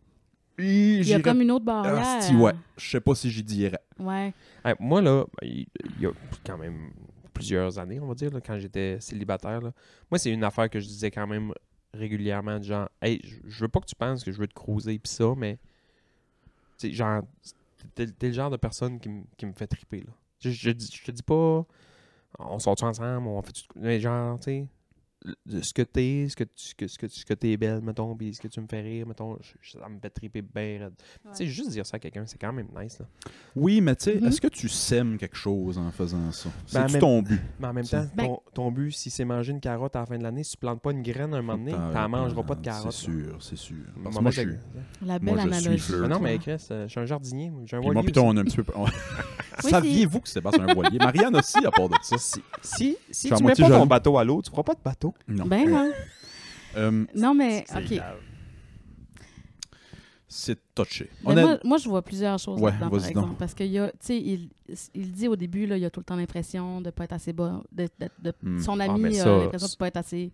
S4: Il y a comme une autre
S3: Ah,
S4: barrière.
S3: si, ouais. Je sais pas si j'y dirais.
S4: Ouais.
S2: Hey, moi, là, il il y a quand même plusieurs années, on va dire, là, quand j'étais célibataire. là. Moi, c'est une affaire que je disais quand même régulièrement du genre Hey, je- je veux pas que tu penses que je veux te croiser pis ça, mais tu sais, genre t'es t'es le genre de personne qui, me- qui me fait triper là. Je, je, dis- je te dis pas on sort ensemble, on fait tout mais genre, tu sais, le- ce que t'es, ce que tu ce que, ce que, ce que t'es belle, mettons, pis ce que tu me fais rire, mettons, je- je- ça me fait triper bien raide. Tu sais, juste dire ça à quelqu'un, c'est quand même nice là.
S3: Oui, mais tu sais,
S4: Mhm.
S3: est-ce que tu sèmes quelque chose en faisant ça?
S2: Ben,
S3: C'est-tu
S2: même-
S3: ton but?
S2: Mais en même
S3: Ça-
S2: temps, ton, ton but, si c'est manger une carotte à la fin de l'année, si tu plantes pas une graine à un moment donné,
S3: Ah,
S2: t'en mangeras
S3: ben,
S2: pas de carotte.
S3: C'est
S2: là.
S3: sûr, c'est sûr. Parce que
S2: Mauvais
S3: moi, je suis...
S2: exemple.
S4: La belle
S3: Moi, je suis
S4: analogie.
S3: fleur.
S2: Mais non, mais
S4: Claire.
S2: Chris, euh, je suis un jardinier. moi, J'ai un
S3: Puis moi,
S2: voilier.
S3: puis toi, on a un petit peu... on-
S4: c'est-
S3: Saviez-vous que Sébastien est un voilier? Marianne aussi, à part de ça.
S2: aussi. Si, si, si
S3: Je suis à
S2: tu mets pas
S3: moitié
S2: ton
S3: jaloux.
S2: bateau à l'eau, tu feras pas de bateau.
S3: Non.
S4: Ben non.
S3: Euh,
S4: Non, mais,
S5: C'est
S4: OK.
S5: grave.
S3: c'est touché.
S4: Ben,
S3: Honnête-
S4: moi, moi, je vois plusieurs choses
S3: Ouais,
S4: là-dedans, par
S3: vas-y donc.
S4: exemple. Parce que, il y a- tu sais, il, il dit au début, là, il y a tout le temps l'impression de ne pas être assez bon. De, de- de-
S3: Hmm.
S4: Son
S2: Ah,
S4: ami
S2: mais
S4: a
S2: ça,
S4: l'impression de
S2: c'est-
S4: ne pas être assez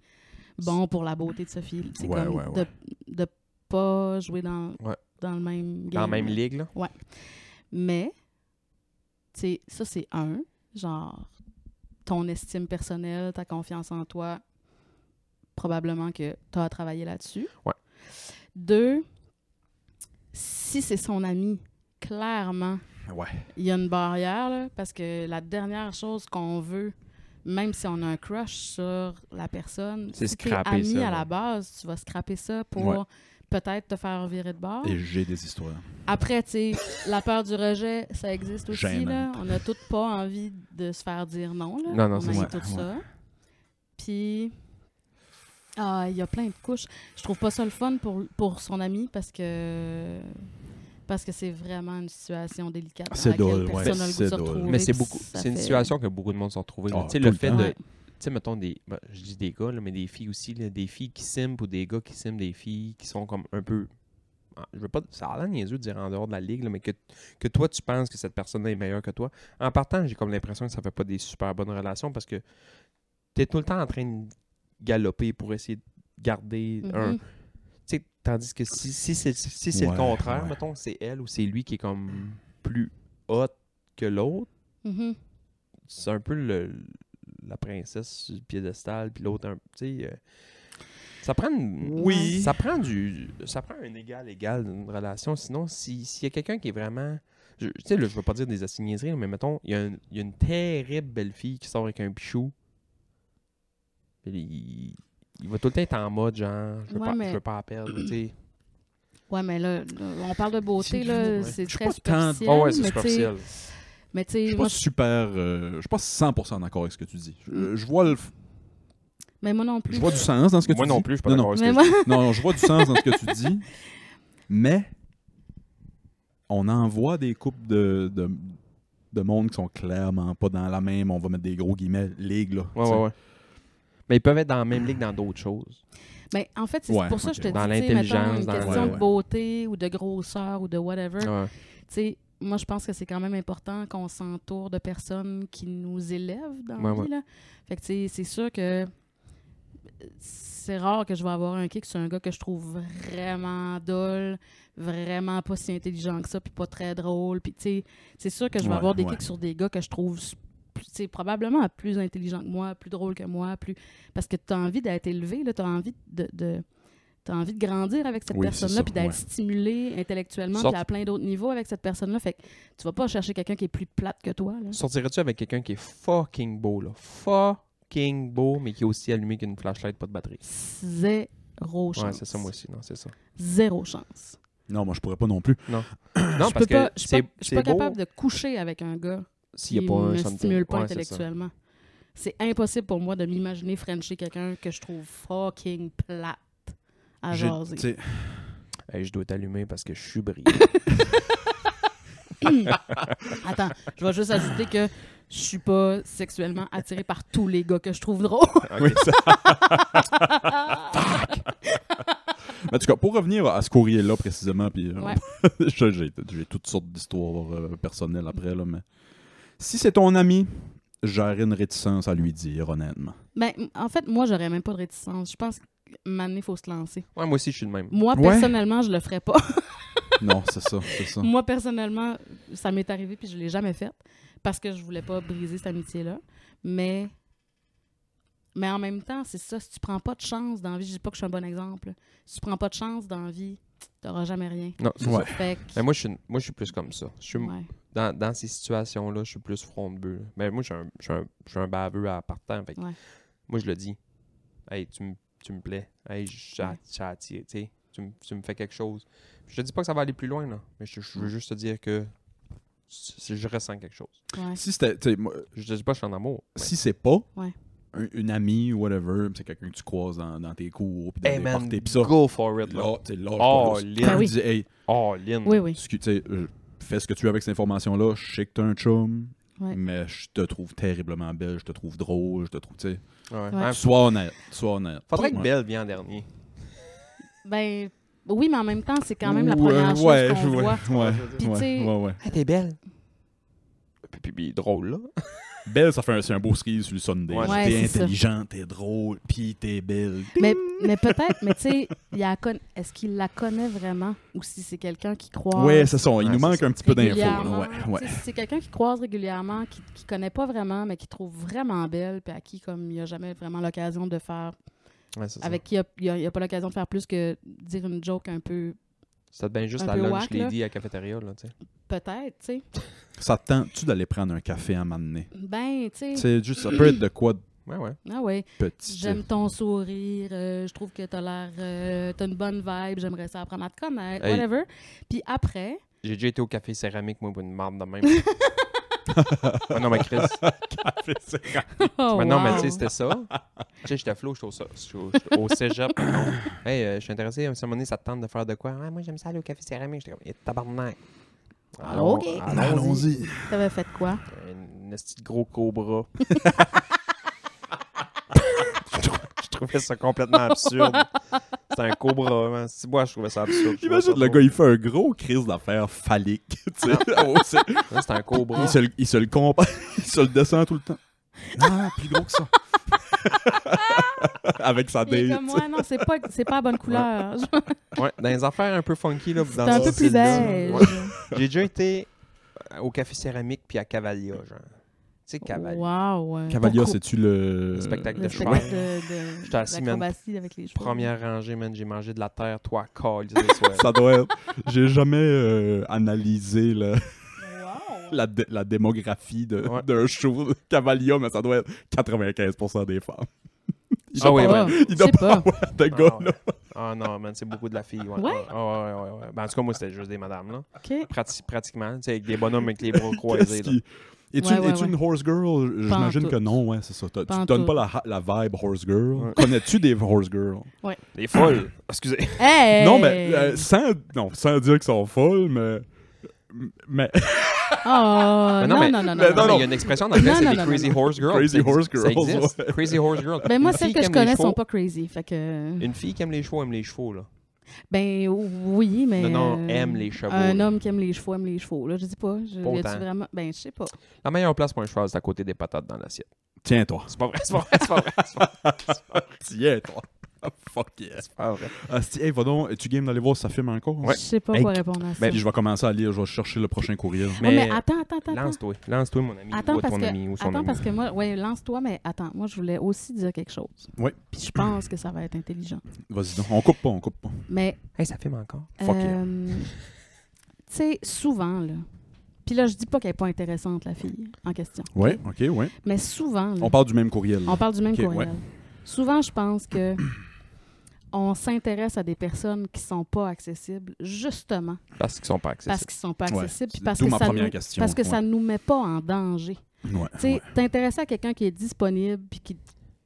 S4: bon pour la beauté de Sophie. C'est
S3: Ouais,
S4: comme
S3: ouais, ouais.
S4: de ne pas jouer dans,
S2: Ouais.
S4: dans le même
S2: Dans la
S4: game.
S2: même ligue, là.
S4: Mais, tu sais, ça, c'est un. Genre, ton estime personnelle, ta confiance en toi, probablement que tu as travaillé là-dessus.
S2: Ouais.
S4: Deux, si c'est son ami, clairement,
S3: Ouais.
S4: il y a une barrière, là, parce que la dernière chose qu'on veut, même si on a un crush sur la personne,
S2: C'est
S4: si t'es
S2: scraper
S4: ami
S2: ça,
S4: à la
S2: ouais.
S4: base, tu vas scraper ça pour
S3: Ouais.
S4: peut-être te faire virer de bord.
S3: Et j'ai des histoires.
S4: Après, tu sais, la peur du rejet, ça existe aussi.
S3: Gênant.
S4: Là. On n'a toutes pas envie de se faire dire non. Là.
S2: Non, non,
S4: On
S2: c'est
S4: a
S3: ça.
S4: tout
S3: Ouais,
S4: ça. Puis, ah, il y a plein de couches. Je trouve pas ça le fun pour, pour son ami parce que parce que c'est vraiment une situation délicate. dans
S3: C'est
S4: laquelle
S3: drôle,
S4: personne
S3: ouais,
S4: n'a le goût
S3: c'est
S4: de se
S3: drôle.
S4: retrouver,
S2: Mais c'est
S4: puis
S2: beaucoup.
S4: ça
S2: C'est une
S4: fait-
S2: situation que beaucoup de monde se retrouve. là.
S3: Ah,
S2: tu sais,
S3: tout
S2: le
S3: le
S2: fait
S3: temps.
S2: de.
S4: Ouais.
S2: Tu sais, mettons des. ben, je dis des gars, là, mais des filles aussi, là, des filles qui s'aiment ou des gars qui s'aiment des filles qui sont comme un peu. ah, Je veux pas. Ça a l'air niaiseux de dire en dehors de la ligue, là, mais que, que toi, tu penses que cette personne-là est meilleure que toi. En partant, j'ai comme l'impression que ça fait pas des super bonnes relations parce que tu es tout le temps en train de galoper pour essayer de garder un,
S4: Mhm.
S2: Tu sais, tandis que si, si c'est si c'est
S3: Ouais,
S2: le contraire,
S3: ouais.
S2: mettons que c'est elle ou c'est lui qui est comme plus hot que l'autre,
S4: Mhm.
S2: c'est un peu le, la princesse sur le piédestal, puis l'autre, un- tu sais. euh, ça prend une-
S4: Oui.
S2: Ça prend du. Ça prend un égal égal dans une relation. Sinon, si- s'il y a quelqu'un qui est vraiment. je- Tu sais, là, je veux pas dire des assignéseries, mais mettons, il y, a un- il y a une terrible belle fille qui sort avec un pichou. Puis Il, il va tout le temps être en mode genre, je veux,
S4: Ouais,
S2: pas,
S4: mais-
S2: je veux pas la perdre, tu sais.
S4: Ouais, mais là, là, on parle de beauté, là,
S2: Ouais.
S4: c'est
S3: Je suis
S4: très
S3: pas tant-
S4: superficiel.
S2: Oh ouais, c'est
S4: mais tu sais-
S2: superficiel.
S4: Mais tu
S3: Je
S4: sais,
S3: suis
S4: moi,
S3: pas
S4: je-
S3: super... euh, je suis pas 100% d'accord avec ce que tu dis. Je, je vois le... f-
S4: mais moi non plus.
S3: Je vois du sens dans ce que
S2: Moi
S3: tu
S2: non
S3: dis.
S2: plus, je suis pas
S3: Non,
S2: d'accord
S3: non.
S2: avec ce
S4: Mais
S2: que
S4: moi-
S3: Non, non, je vois du sens dans ce que tu dis, mais on en voit des couples de, de, de monde qui sont clairement pas dans la même, on va mettre des gros guillemets, ligue. Là,
S2: Ouais,
S3: t'sais.
S2: ouais, ouais. Mais ils peuvent être dans la même ligue dans d'autres choses.
S4: Ben, en fait, c'est
S3: Ouais,
S4: pour ça
S3: ok.
S4: que je te
S2: Dans
S4: dis, tu sais, mettons,
S2: l'intelligence,
S4: une
S2: dans-
S4: question
S3: ouais, ouais.
S4: de beauté ou de grosseur ou de whatever. Tu sais, moi, je pense que c'est quand même important qu'on s'entoure de personnes qui nous élèvent dans la
S2: Ouais,
S4: vie,
S2: ouais.
S4: là. Fait que, tu sais, c'est sûr que c'est rare que je vais avoir un kick sur un gars que je trouve vraiment dole, vraiment pas si intelligent que ça, puis pas très drôle. Puis, tu sais, c'est sûr que je vais
S3: Ouais,
S4: avoir des
S3: ouais.
S4: kicks sur des gars que je trouve s- plus- tu sais, probablement plus intelligent que moi, plus drôle que moi, plus parce que tu as envie d'être élevé, tu as envie de, de t'as envie de grandir avec cette
S3: Oui, c'est ça,
S4: personne-là, puis d'être
S3: ouais.
S4: stimulé intellectuellement,
S2: Sorte-
S4: puis à plein d'autres niveaux avec cette personne-là. Fait que tu vas pas chercher quelqu'un qui est plus plate que toi. Là.
S2: Sortirais-tu avec quelqu'un qui est fucking beau, là? Fucking beau, mais qui est aussi allumé qu'une flashlight, pas de batterie.
S4: Zéro chance.
S2: Ouais, c'est ça, moi aussi. Non, c'est ça.
S4: Zéro chance.
S3: Non, moi je pourrais pas non plus.
S2: Non,
S4: je
S2: parce
S4: peux pas,
S2: que
S4: je suis
S2: c'est
S4: pas, je suis
S2: c'est
S4: pas
S2: beau
S4: capable de coucher avec un gars
S2: s'il
S4: qui
S2: y a pas
S4: ne
S2: un
S4: me
S2: something.
S4: stimule pas
S2: Ouais, c'est ça.
S4: intellectuellement. C'est impossible pour moi de m'imaginer frencher quelqu'un que je trouve fucking plate à
S3: J'ai-
S4: jaser.
S3: t'sais,
S2: Hey, je dois t'allumer parce que je suis brillant.
S4: Attends, je vais juste ajouter que je suis pas sexuellement attirée par tous les gars que je trouve drôles.
S3: oui, ça- En tout cas, pour revenir à ce courrier-là précisément, puis euh,
S4: Ouais.
S3: je- j'ai j'ai toutes sortes d'histoires euh, personnelles après, là, mais si c'est ton ami, j'aurais une réticence à lui dire, honnêtement.
S4: Ben, m- en fait, moi, j'aurais même pas de réticence. Je pense que maintenant, il faut se lancer.
S2: Ouais, moi aussi, je suis le même.
S4: Moi,
S3: Ouais.
S4: personnellement, je le ferais pas.
S3: non, c'est ça, c'est ça.
S4: moi, personnellement, ça m'est arrivé puis je l'ai jamais fait parce que je voulais pas briser cette amitié-là. Mais Mais en même temps, c'est ça, si tu prends pas de chance dans la vie, je dis pas que je suis un bon exemple, là. si tu prends pas de chance dans la vie, t'auras jamais rien.
S2: Non, c'est
S3: Ouais.
S2: ça.
S4: Fait que-
S3: Euh,
S2: Mais moi, je suis, moi, je suis plus comme ça. Je suis,
S4: ouais.
S2: dans, dans ces situations-là, je suis plus front de bœuf. Mais moi, je suis un, je suis un, je suis un baveux à partant. Fait que
S4: Ouais.
S2: Moi, je le dis. Hey, tu me tu me plais. Hey, je- je
S4: Ouais.
S2: je t'attire, tu sais. Tu me- tu me fais quelque chose. Je te dis pas que ça va aller plus loin, là. Mais je, je veux juste te dire que si je ressens quelque chose.
S4: Ouais.
S3: Si c'était. tu sais, moi,
S2: Je te dis pas que je suis en amour. mais-
S3: Si c'est pas
S4: Ouais.
S3: un- une amie ou whatever, c'est quelqu'un que tu croises dans, dans tes cours, puis dans
S2: Hey,
S3: tes
S2: man,
S3: parties, puis ça.
S2: go for it, là.
S3: Là, tu sais, lâche
S2: Oh,
S3: pas, là.
S2: Lynn.
S4: Ben oui.
S3: Dis, hey,
S2: Oh, Lynn.
S4: Oui, oui.
S3: excuse- tu sais, euh, fais ce que tu veux avec cette information-là. Je sais que t'es un chum,
S4: Ouais.
S3: mais je te trouve terriblement belle, je te trouve drôle, je te trouve. Tu sais,
S2: Ouais.
S4: Ouais.
S2: Ouais.
S3: sois honnête, sois honnête.
S2: Faudrait que
S3: Ouais.
S2: Belle vienne en dernier.
S4: Ben, oui, mais en même temps, c'est quand même la
S3: Ou,
S4: première
S3: euh,
S4: chose
S3: ouais,
S4: qu'on
S3: ouais,
S4: voit.
S3: Ouais,
S4: Puis tu
S3: ouais,
S4: sais-
S3: ouais, ouais.
S2: Ah, t'es belle. Puis, puis, puis drôle, là.
S3: Belle, ça fait un, c'est un beau cerise sur le Sunday.
S2: Ouais,
S3: là.
S4: c'est
S3: t'es
S4: ça.
S3: intelligent, t'es drôle, puis t'es belle.
S4: Mais, mais peut-être, mais tu sais, il la conna- est-ce qu'il la connaît vraiment ou si c'est quelqu'un qui croit
S3: Ouais, c'est ça. Il
S2: Ouais,
S3: nous
S2: c'est
S3: manque un petit peu d'infos. là,
S4: régulièrement.
S3: Ouais, ouais.
S4: Tu sais, si C'est quelqu'un qui croise régulièrement, qui, qui connaît pas vraiment, mais qui trouve vraiment belle, puis à qui, comme il n'y a jamais vraiment l'occasion de faire.
S2: Ouais, c'est ça.
S4: Avec qui il y a- il n'y a, pas l'occasion de faire plus que dire une joke un peu.
S2: C'était bien juste
S4: Un
S2: la
S4: peu
S2: lunch
S4: whack, là.
S2: lady à la cafétéria, là, tu sais.
S4: Peut-être, tu sais.
S3: Ça te tente-tu d'aller prendre un café à m'amener?
S4: Ben, tu sais.
S3: C'est juste, ça peut être de quoi de
S2: Ouais, ouais.
S4: Ah ouais.
S3: petit.
S4: J'aime ton sourire, euh, je trouve que t'as l'air. euh, t'as une bonne vibe, j'aimerais ça apprendre à te connaître,
S2: Hey.
S4: whatever. Puis après,
S2: J'ai déjà été au café céramique, moi, pour une marde de même. Ah non, mais Chris.
S4: oh,
S2: mais non, mais
S4: wow.
S2: tu sais, c'était ça. Tu sais, j'étais flou, j'étais au, cé- j'étais au- j'étais au cégep. non. hey, euh, je suis intéressé, à un moment donné, ça te tente de faire de quoi? Ah, moi, j'aime ça aller au café céramique. J'étais comme, Eh, tabarnak. Allons-
S4: Ok.
S2: Allons-y.
S4: T'avais fait quoi?
S2: Un petit gros cobra. je trouvais ça complètement absurde. C'était un cobra, man. Si moi, je trouvais ça absurde. Je
S3: Imagine,
S2: trouvais ça
S3: le
S2: drôle.
S3: gars, il fait un gros crise d'affaires phallique. tu sais. Oh, c'est-
S2: Là, C'était un cobra.
S3: il, se, le- il se le compare, il se le descend tout le temps. Non, plus gros que ça. Avec sa
S4: Il est
S3: dé.
S4: comme moi, non, c'est pas, c'est pas la bonne couleur.
S2: Ouais, dans les affaires un peu funky, là.
S4: C'est
S2: dans
S4: un
S2: ce
S4: peu plus
S2: style-là.
S4: beige.
S2: Ouais. J'ai déjà été euh, au café céramique puis à Cavalia, genre. Tu sais, Cavalia.
S4: Wow. euh,
S3: Cavalia,
S4: pour-
S3: c'est-tu le.
S2: Le spectacle
S4: le
S2: de
S4: spectacle
S2: cheval.
S4: de, de,
S2: J'étais assis, man.
S4: d'acrobatie avec les chevaux.
S2: Première rangée, man, j'ai mangé de la terre, toi, call, des soirs.
S3: Ça doit être. J'ai jamais euh, analysé le-
S4: Wow.
S3: la, dé- la démographie de-
S2: Ouais.
S3: d'un show de Cavalia, mais ça doit être 95% des femmes. Il
S2: Ah
S3: doit
S2: oui,
S3: pas
S2: ouais.
S3: avoir-
S4: Oh, Je
S3: Oh, Il doit
S4: sais
S3: pas
S4: pas.
S3: avoir de
S2: Ah,
S3: gars,
S2: ouais.
S3: là.
S2: Ah non, man, c'est beaucoup de la fille. Ouais.
S4: Ouais?
S2: Ah, ouais, ouais, ouais, ouais. Ben, en tout cas, moi, c'était juste des madames, là.
S4: OK.
S2: Prati- pratiquement. Tu sais, avec des bonhommes avec les bras
S3: Qu'est-ce
S2: croisés. là.
S3: qui- Es-tu
S4: Ouais, ouais,
S3: es-tu
S4: ouais.
S3: une horse girl? J'imagine
S4: en
S3: que
S4: tout.
S3: non, ouais, c'est ça. T'as-
S4: Pas
S3: Tu
S4: en
S3: donnes
S4: tout.
S3: pas la, ha- la vibe horse girl.
S2: Ouais.
S3: Connais-tu des horse girls?
S2: Des folles. Excusez.
S4: Hey! Oh,
S3: Non, mais euh, sans, non, sans dire qu'ils sont folles, mais. Mais
S4: Oh,
S2: Mais
S4: non,
S2: mais-
S4: non, non, non.
S2: mais
S4: non,
S2: Il
S4: non.
S2: y a une expression en anglais,
S4: Non,
S2: c'est
S4: non,
S2: les
S4: non,
S2: crazy
S4: non, non.
S2: horse girls.
S3: Crazy
S2: Ça existe-
S3: horse girls,
S2: Ça existe.
S3: ouais.
S2: Crazy horse girls.
S4: Ben, moi,
S2: Une
S4: celles
S2: fille
S4: que
S2: qui
S4: je
S2: aime les
S4: connais
S2: chevaux-
S4: sont pas crazy. Fait que.
S2: Une fille qui aime les chevaux aime les chevaux, là.
S4: Ben oui, mais.
S2: Non, non,
S4: euh,
S2: aime les chevaux,
S4: Un
S2: là.
S4: homme qui aime les chevaux aime les chevaux. Là, je dis pas. Je,
S2: Pas
S4: y a-tu
S2: autant.
S4: vraiment. Ben, je sais pas.
S2: La meilleure place pour un cheval, c'est à côté des patates dans l'assiette.
S3: tiens-toi.
S2: C'est pas vrai, c'est pas vrai, c'est pas vrai. C'est pas vrai.
S3: Tiens-toi. Ah, Fuck yeah.
S2: C'est pas vrai.
S3: Asti, hey, va donc, tu game d'aller voir si ça filme encore? Ben,
S2: Ouais.
S4: Je sais pas
S2: Hey,
S4: quoi répondre à ça.
S3: Puis je vais commencer à lire, je vais chercher le prochain courriel.
S4: Oh, mais
S2: Mais
S4: attends, attends, attends. attends.
S2: lance-toi, lance-toi, mon ami.
S4: Attends,
S2: ou ton
S4: parce que,
S2: ami, ou son
S4: attends
S2: ami.
S4: parce que moi, ouais, lance-toi, mais attends, moi, je voulais aussi dire quelque chose.
S3: Oui.
S4: Puis je pense que ça va être intelligent.
S3: Vas-y donc. On coupe pas, on coupe pas.
S4: Mais,
S2: Hey, ça filme encore.
S3: Fuck yeah.
S4: euh, tu sais, souvent, là, puis là, je dis pas qu'elle est pas intéressante, la fille en question.
S3: Ouais, ok, ouais.
S4: Mais souvent, là,
S3: On parle du même courriel. là.
S4: Mm. on parle du même
S3: Ok,
S4: courriel.
S3: ouais.
S4: Souvent, je pense que on s'intéresse à des personnes qui sont pas accessibles, justement
S2: Parce qu'ils sont pas
S4: parce
S2: accessibles.
S4: qu'ils sont pas
S3: Ouais.
S4: accessibles, puis parce
S3: D'où
S4: que,
S3: ma
S4: ça
S3: première
S4: nous,
S3: question.
S4: parce que
S3: Ouais.
S4: ça nous met pas en danger.
S3: Ouais,
S2: Ah
S4: Tu sais,
S3: ouais.
S4: t'intéresser à quelqu'un qui est disponible puis qui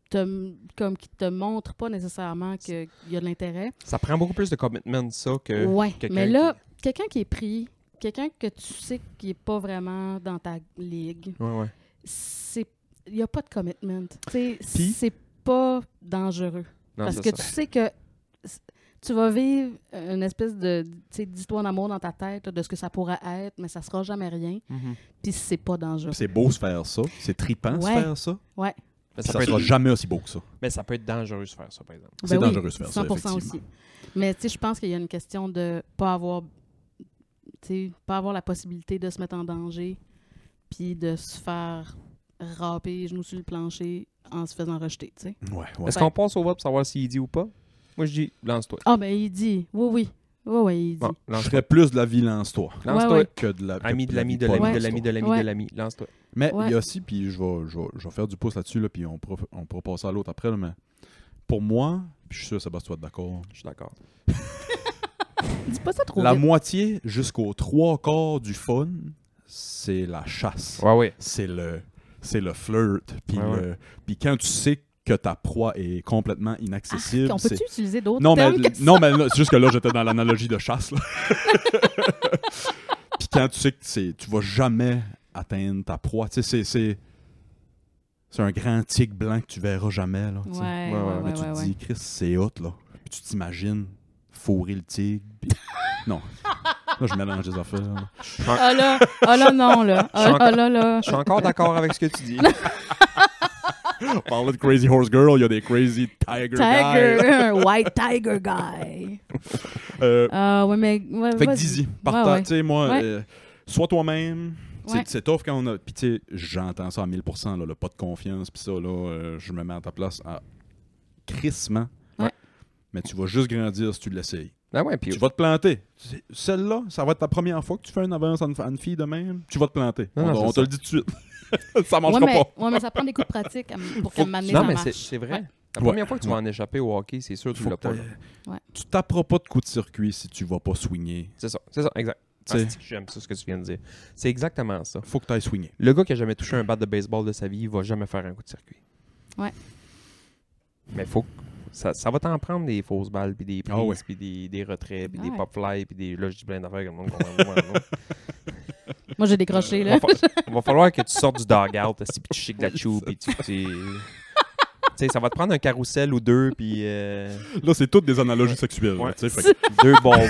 S4: te, comme, qui te montre pas nécessairement que- qu'il y a de l'intérêt.
S2: Ça prend beaucoup plus de commitment, ça, que.
S4: ouais,
S2: Euh, quelqu'un
S4: mais là, quelqu'un qui est pris, quelqu'un que tu sais qui est pas vraiment dans ta ligue,
S2: Ouais, ouais.
S4: c'est il y a pas de commitment. Tu sais,
S3: Puis-
S4: c'est pas dangereux
S2: Non,
S4: parce
S2: c'est
S4: que
S2: ça.
S4: tu sais que s- tu vas vivre une espèce de tu sais, d'histoire d'amour dans ta tête de ce que ça pourrait être, mais ça sera jamais rien.
S2: Mhm.
S4: Puis c'est pas dangereux.
S3: C'est beau se faire ça. C'est tripant se
S4: Ouais.
S3: faire ça.
S4: Ouais.
S2: Mais,
S3: Ça,
S2: ça peut
S3: sera
S2: être...
S3: jamais aussi beau que ça.
S2: mais ça peut être dangereux de faire ça, par exemple.
S3: C'est
S4: Ben oui,
S3: dangereux de faire ça,
S4: 100% aussi.
S3: effectivement.
S4: Mais tu sais, je pense qu'il y a une question de pas avoir, tu sais, pas avoir la possibilité de se mettre en danger, puis de se faire râper les genoux sur le plancher en se faisant rejeter, tu sais.
S3: Ouais, ouais.
S2: Est-ce qu'on passe au vote pour savoir s'il dit ou pas? Moi, je dis, lance-toi.
S4: Ah, ben, il dit. Oui, oui. Oui, oui, il dit.
S2: Bon,
S3: Je
S2: lance-toi.
S3: ferais plus de la vie lance-toi
S2: Lance-toi.
S4: ouais.
S3: que de la. que
S2: Ami de l'ami de
S3: vie
S2: l'ami
S3: pas
S2: de
S3: lance-toi.
S2: l'ami de l'ami de
S4: Ouais.
S2: l'ami. Lance-toi.
S3: Mais il y
S4: Ouais.
S3: a aussi, puis je vais, je, vais, je vais faire du pouce là-dessus, là, puis on pourra, on pourra passer à l'autre après, là, mais pour moi, puis je suis sûr que Sébastien va être d'accord,
S2: Je suis d'accord.
S4: Dis pas ça trop
S3: la
S4: vite.
S3: moitié jusqu'aux trois quarts du fun, c'est la chasse.
S2: Ouais, ouais.
S3: C'est le c'est le flirt. Puis
S2: Ouais, ouais.
S3: le- puis quand tu sais que ta proie est complètement
S4: Ah,
S3: inaccessible,
S4: Arc, on
S3: c'est...
S4: peut-tu utiliser d'autres
S3: Non, mais,
S4: termes que ça?
S3: non, mais là, c'est juste que là, j'étais dans l'analogie de chasse. là. Puis quand tu sais que c'est- tu vas jamais atteindre ta proie, tu sais, c'est- c'est. C'est un grand tigre blanc que tu verras jamais. Là, tu
S4: Ouais,
S3: sais.
S4: ouais,
S2: Ouais, ouais,
S4: ouais,
S3: Là, tu
S4: ouais,
S3: te
S4: ouais.
S3: dis, Chris, c'est hot, là. Puis tu t'imagines fourrer le tigre. puis- non. Là, je mélange des affaires. là.
S4: Ah là, ah là, non, là. Ah ah là, là.
S2: Je suis encore d'accord avec ce que tu dis.
S3: On parlait de Crazy Horse Girl, il y a des Crazy Tiger, guys.
S4: Tiger, un white tiger guy.
S3: Euh,
S4: Ah, ouais, mais. Ouais,
S3: Fait que
S4: vas-y.
S3: dis-y,
S4: Ouais,
S3: partant,
S4: ouais.
S3: tu sais, moi,
S4: Ouais.
S3: euh, sois toi-même. C'est-
S4: Ouais.
S3: C'est tough quand on a. Puis, tu sais, j'entends ça à 1000%, là, le pas de confiance, puis ça, là, euh, je me mets à ta place à crissement.
S4: Ouais.
S3: Mais tu vas juste grandir si tu l'essayes.
S2: Ben ouais, puis
S3: Tu vas te planter. C'est- Celle-là, ça va être ta première fois que tu fais une avance à une, à une fille de même. Tu vas te planter.
S2: Non,
S3: on
S2: non,
S3: on
S2: c'est
S3: te le dit tout de suite. ça
S4: Ah, Ouais,
S3: marchera
S4: mais,
S3: pas.
S4: ouais, mais ça prend des coups de pratique à m- pour
S3: Faut
S4: qu'à
S3: que-
S4: m'amener
S2: Non,
S4: ça
S2: mais c'est-
S4: marche.
S2: c'est vrai. La
S3: Ouais.
S2: première fois que tu vas en échapper au hockey, c'est sûr que tu
S3: Faut
S2: l'as
S3: que
S2: pas.
S3: t'ailles-
S2: là.
S3: Tu t'apprends pas de coup de circuit si tu vas pas swinguer.
S2: C'est ça, c'est ça, exact.
S3: Tu sais.
S2: Asti que J'aime ça ce que tu viens de dire. C'est exactement ça.
S3: Faut que tu ailles swinguer.
S2: Le gars qui a jamais touché un bat de baseball de sa vie, il va jamais faire un coup de circuit.
S4: Ouais.
S2: Mais faut que- ça, ça va t'en prendre des fausses balles, puis des prises,
S3: Ah ouais.
S2: puis des, des retraits, puis des
S4: Ah Ouais.
S2: pop fly, puis des là je dis plein d'affaires que le monde comprend moins, non?
S4: Moi, j'ai décroché, là.
S2: va, fa- va falloir que tu sortes du dog-out, asti, puis tu chiques de la chou, puis tu... tu- tu sais, ça va te prendre un carrousel ou deux, puis euh,
S3: Là, c'est toutes des analogies sexuelles.
S2: Ouais.
S3: là, tu sais, fait que-
S2: deux ball...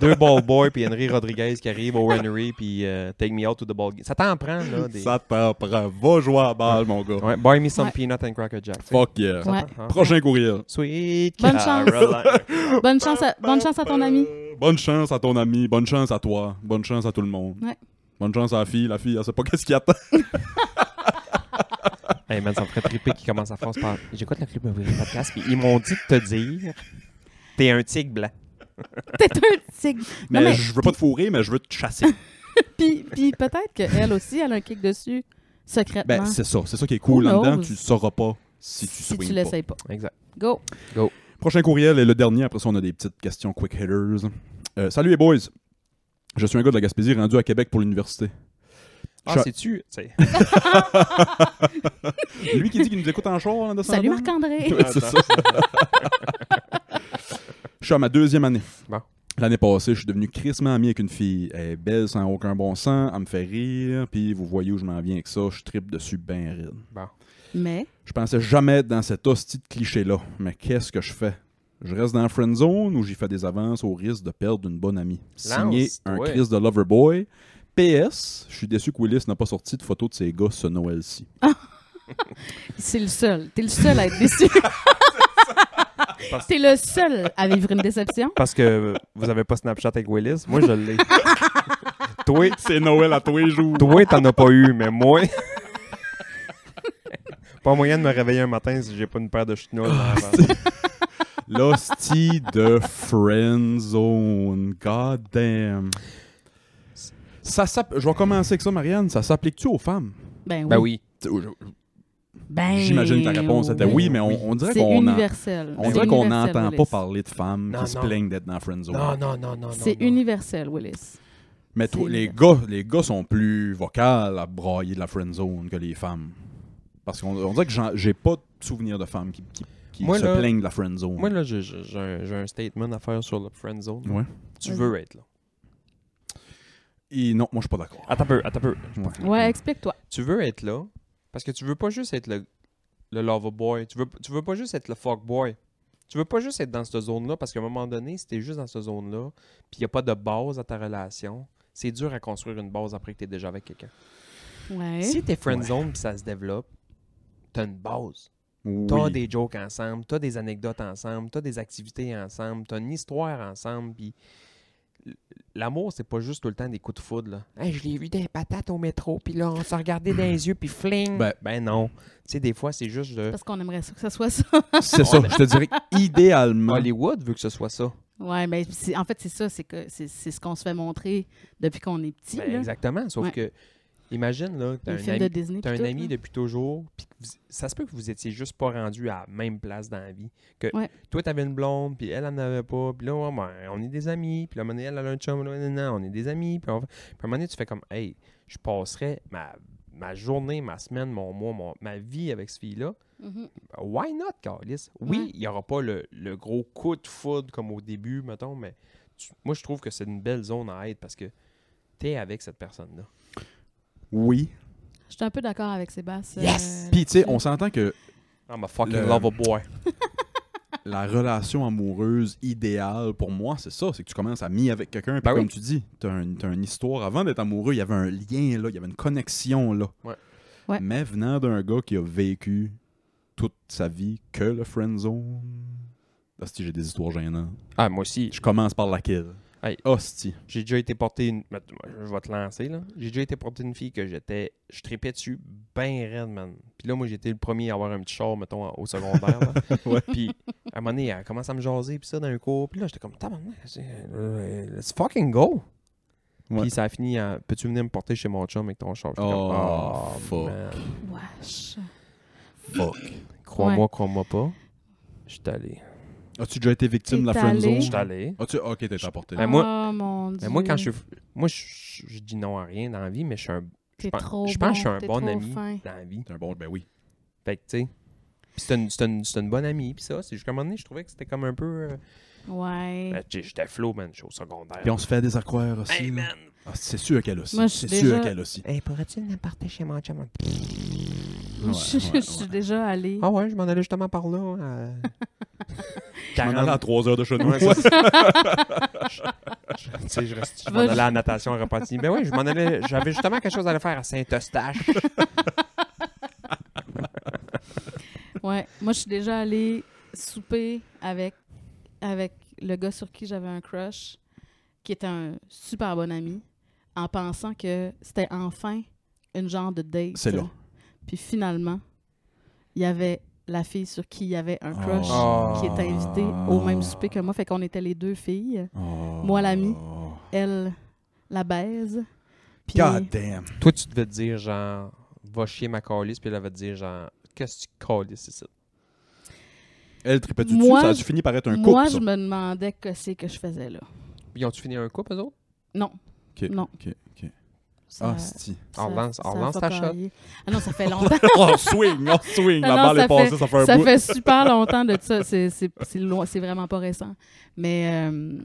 S2: deux ball boys, puis Henry Rodriguez qui arrive au Henry, puis euh, take me out to the ball game. Ça t'en prend, là. Des...
S3: Ça t'apprend. Va jouer à la balle, mon gars.
S2: Ouais, buy me some
S4: Ouais.
S2: peanut and cracker jack. tu sais.
S3: Fuck yeah.
S4: Ouais.
S2: Ah,
S3: Prochain courriel.
S2: Sweet Ah,
S4: Bonne chance.
S2: Caroline.
S4: Bonne chance à, bonne chance à ton ami.
S3: Bonne chance à ton ami, bonne chance à toi, bonne chance à tout le monde.
S4: Ouais.
S3: Bonne chance à la fille, la fille, elle sait pas qu'est-ce qui attend.
S2: hey man, ça me ferait triper qui commence à phrase par J'écoute le club Ouvrier podcast, puis ils m'ont dit de te dire T'es un tigre blanc.
S4: T'es un tigre.
S3: Mais,
S4: Non, mais
S3: je veux pas te fourrer, mais je veux te chasser.
S4: puis, puis peut-être qu'elle aussi, elle a un kick dessus, secrètement,
S3: ben, c'est ça, c'est ça qui est cool
S4: Who
S3: là-dedans,
S4: knows?
S3: tu le sauras pas si tu
S4: si
S3: swings
S4: tu
S3: pas.
S4: l'essayes pas.
S2: Exact.
S4: Go.
S3: Prochain courriel et le dernier, après ça on a des petites questions quick hitters. Euh, salut les boys. Je suis un gars de la Gaspésie rendu à Québec pour l'université.
S2: Ah,
S3: Je-
S2: c'est-tu c'est-
S3: Lui qui dit qu'il nous écoute en char en descendant.
S4: Salut Marc-André.
S3: Ouais, c'est ça. je suis à ma deuxième année.
S2: Bon.
S3: L'année passée, je suis devenu crissement ami avec une fille. Elle est belle, sans aucun bon sens, elle me fait rire, puis vous voyez où je m'en viens avec ça, je tripe dessus ben ride.
S2: Bon.
S4: Mais,
S3: Je pensais jamais être dans cet hostie de cliché-là, mais qu'est-ce que je fais? Je reste dans la friend zone où j'y fais des avances au risque de perdre une bonne amie. Signé un
S2: toi.
S3: Chris de Loverboy. PS, je suis déçu que Willis n'a pas sorti de photo de ses gars ce Noël-ci.
S4: c'est le seul. T'es le seul à être déçu. T'es le seul à vivre une déception.
S2: Parce que vous avez pas Snapchat avec Willis. Moi, je l'ai. toi,
S3: C'est Noël à tous les jours.
S2: toi, t'en as pas eu, mais moi. pas moyen de me réveiller un matin si j'ai pas une paire de chenois dans la face.
S3: L'hostie de Friend Zone. God damn. Ça s'app- je vais commencer avec ça, Marianne. Ça s'applique-tu aux femmes?
S4: Ben oui.
S2: Ben oui.
S3: T'sais, je-
S4: Ben
S3: J'imagine que ta réponse était oui, mais on, on dirait
S4: C'est
S3: qu'on en-
S4: universel.
S3: on
S4: C'est
S3: dirait qu'on
S4: universel,
S3: n'entend pas
S4: Willis.
S3: parler de femmes
S2: Non,
S3: qui se
S2: non.
S3: plaignent d'être dans Friend Zone.
S2: Non, non, non, non. non,
S4: C'est
S2: non.
S4: universel, Willis.
S3: Mais toi,
S4: c'est
S3: les
S4: vrai.
S3: gars, les gars sont plus vocales à brailler de la Friend Zone que les femmes. Parce qu'on on dirait que j'en- j'ai pas de souvenir de femmes qui, qui- qui
S2: Moi,
S3: se
S2: là-
S3: plaignent de la Friend Zone.
S2: Moi, là, j'ai j'ai- j'ai un, j'ai un statement à faire sur le friend zone.
S3: Ouais.
S2: Tu veux être là.
S3: Et non, moi, je suis pas d'accord.
S2: Attends un peu, attends un peu.
S4: Ouais, explique-toi.
S2: tu veux être là parce que tu veux pas juste être le, le lover boy. Tu veux, tu veux pas juste être le fuck boy. Tu veux pas juste être dans cette zone-là parce qu'à un moment donné, si t'es juste dans cette zone-là, puis y a pas de base à ta relation, c'est dur à construire une base après que t'es déjà avec quelqu'un.
S4: Ouais.
S2: Si t'es friend zone puis ça se développe, t'as une base. T'as
S3: Oui.
S2: des jokes ensemble, t'as des anecdotes ensemble, t'as des activités ensemble, t'as une histoire ensemble, puis L'amour, c'est pas juste tout le temps des coups de foudre. Là. Hey, je l'ai vu des patates au métro, puis là, on s'est regardé dans les yeux, puis fling.
S3: Ben-
S2: Ben, non. Tu sais, des fois, c'est juste de.
S4: Parce qu'on aimerait ça que ça soit ça.
S3: C'est ça, je te dirais que idéalement.
S2: Hollywood veut que ce soit ça.
S4: ouais, mais c'est- en fait, c'est ça. C'est que c'est c'est ce qu'on se fait montrer depuis qu'on est petit.
S2: Ben,
S4: là.
S2: exactement. Sauf
S4: Ouais.
S2: que, imagine, là, t'as
S4: Les
S2: un
S4: films
S2: ami,
S4: de Disney.
S2: t'as
S4: puis
S2: un
S4: tout,
S2: ami
S4: là.
S2: depuis toujours, puis que vous- ça se peut que vous étiez juste pas rendu à la même place dans la vie. Que
S4: Ouais.
S2: toi, t'avais une blonde, puis elle en avait pas, puis là, ouais, ben, on est des amis, puis là, à un moment donné, elle a un chum, là, nan, nan, on est des amis, puis on va- puis à un moment donné, tu fais comme, hey, je passerais ma, ma journée, ma semaine, mon mois, mon- ma vie avec ce fille-là.
S4: Mhm.
S2: Why not, Carlis? Oui,
S4: Ouais.
S2: il n'y aura pas le, le gros coup de foudre comme au début, mettons, mais tu- moi, je trouve que c'est une belle zone à être parce que tu es avec cette personne-là.
S3: Oui.
S4: Je suis un peu d'accord avec Sébastien. euh,
S3: Puis, tu sais, on
S4: là-dessus.
S3: s'entend que
S2: I'm a fucking
S3: Le-
S2: lover boy.
S3: la relation amoureuse idéale pour moi, c'est ça. C'est que tu commences à m'y avec quelqu'un. puis
S2: Ben oui.
S3: comme tu dis, tu as, une histoire. Avant d'être amoureux, il y avait un lien, là. Il y avait une connexion, là.
S2: Ouais.
S4: Ouais.
S3: Mais venant d'un gars qui a vécu toute sa vie que le friend zone. Hostie, j'ai des histoires gênantes.
S2: Ah, moi aussi,
S3: Je commence par laquelle
S2: Hey.
S3: Hostie.
S2: j'ai déjà été porté une. mais, Je vais te lancer, là. J'ai déjà été porté une fille que j'étais. Je tripais dessus, ben raide, man. Puis là, moi, j'étais le premier à avoir un petit char, mettons, au secondaire. là. Puis à un moment donné, elle commence à me jaser, puis ça, dans un cours. Puis là, j'étais comme, tabarnak, c'est- euh, let's fucking go.
S3: Ouais.
S2: Puis ça a fini à, peux-tu venir me porter chez mon chum avec ton char? J'étais
S3: Oh,
S2: Ah,
S3: fuck.
S2: man.
S4: Wesh.
S3: Fuck.
S2: Crois-moi, crois-moi pas. Je suis allé.
S3: As-tu déjà été victime de la
S4: T'es
S3: friend
S4: allé.
S3: zone
S2: Je suis allé.
S3: As-tu... Ok, t'es apporté.
S2: Ben, moi-
S4: oh mon dieu.
S2: Mais moi, quand je suis. Moi, je, je dis non à rien dans la vie, mais je suis un.
S4: T'es
S2: pense-
S4: trop
S2: je pense que je suis
S4: bon,
S2: un
S4: t'es
S2: bon
S4: trop
S2: ami
S4: fin.
S2: dans la vie.
S3: T'es un bon. Ben oui.
S2: Fait que, tu sais. Puis c'est une, c'est une- c'est une bonne amie, puis ça. C'est jusqu'à un moment donné, je trouvais que c'était comme un peu. euh,
S4: Ouais.
S2: ben, tu sais, J'étais flow, man. Je suis au secondaire.
S3: Puis on se fait des accroires aussi.
S2: Hey,
S3: là.
S2: man.
S3: Ah, c'est sûr qu'elle aussi.
S4: Moi, je
S3: c'est
S4: suis
S3: sûr
S4: déjà-
S3: qu'elle aussi.
S2: Hey, Eh, pourrais-tu venir me porter chez mon chum?
S4: Je- je, je suis déjà allée.
S2: Ah ouais, je m'en allais justement par là. euh,
S3: On en
S2: 40.
S3: est à 3 heures de chez nous.
S2: Ouais, c'est ça. je, je- tu sais, je reste- je m'en
S4: Vas-y.
S2: allais à la natation à Repentigny. Ben oui, je m'en allais. J'avais justement quelque chose à aller faire à Saint-Eustache.
S4: Ouais. Moi, je suis déjà allée souper avec, avec le gars sur qui j'avais un crush, qui était un super bon ami, en pensant que c'était enfin une genre de date.
S3: C'est là.
S4: Puis finalement, il y avait la fille sur qui il y avait un crush
S3: Ah.
S2: Oh.
S4: qui était invitée au même souper que moi. Fait qu'on était les deux filles. Moi, l'ami. Elle, la baise. Puis
S3: Ah. God damn.
S2: Toi, tu devais te dire, genre, va chier ma calice, puis elle va te dire, genre, qu'est-ce que tu calices ici?
S3: Elle tripait dessus.
S4: Moi,
S3: ça a fini par être un couple.
S4: moi,
S3: ça.
S4: je me demandais que c'est que je faisais là.
S2: Ils ont-tu fini un couple, eux autres?
S4: Non.
S3: Ok,
S4: Non.
S3: ok, ok.
S4: Ça-
S3: Ah, si.
S4: ça-
S2: On relance- on
S4: ça a
S2: relance
S4: pas
S2: ta shot.
S4: parié. Ah non, ça fait longtemps.
S3: on swing, on swing.
S4: Non, non, ça fait-
S3: ça fait
S4: ça fait super longtemps de ça. C'est- C'est c'est loin- c'est vraiment pas récent. Mais euh,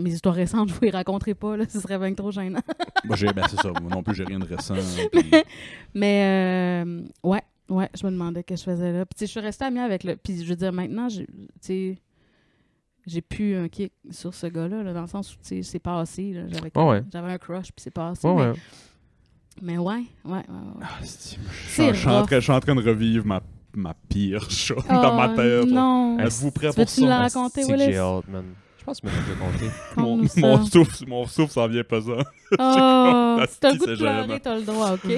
S4: mes histoires récentes, je vous les raconterai pas. Là, ce serait bien trop gênant.
S3: Moi, j'ai, ben, c'est ça. Moi non plus, j'ai rien de récent. puis-
S4: mais mais, euh, ouais, ouais, je me demandais qu'est-ce que je faisais là. Puis tu sais, je suis restée amie avec le. Puis je veux dire, maintenant, j'ai- tu sais, j'ai plus un kick sur ce gars-là, là, dans le sens où tu sais, c'est passé. là. J'avais
S2: Ah ouais.
S4: j'avais un crush, puis c'est passé.
S2: Ouais,
S4: mais,
S2: ouais.
S4: mais ouais, ouais, ouais, ouais.
S3: Ah, si, moi, je, suis
S4: C'est
S3: en- je suis en
S4: rough.
S3: train, je suis en train de revivre ma, ma pire chose Ah, dans ma
S4: Oh,
S3: tête. là.
S4: Non.
S3: Êtes-vous prêt
S4: Tu
S3: pour
S4: veux-tu me la
S3: ça?
S4: raconter,
S2: C'est que j'ai
S4: Willis?
S2: hâte, man. Je pense que je me compter.
S3: Mon,
S4: Raconte-nous ça.
S3: mon souffle, mon souffle s'en vient pesant.
S4: Oh,
S3: Asti,
S4: si t'as le goût
S3: c'est
S4: de
S3: gênant.
S4: pleurer, t'as le droit,
S3: Mmh.
S4: OK?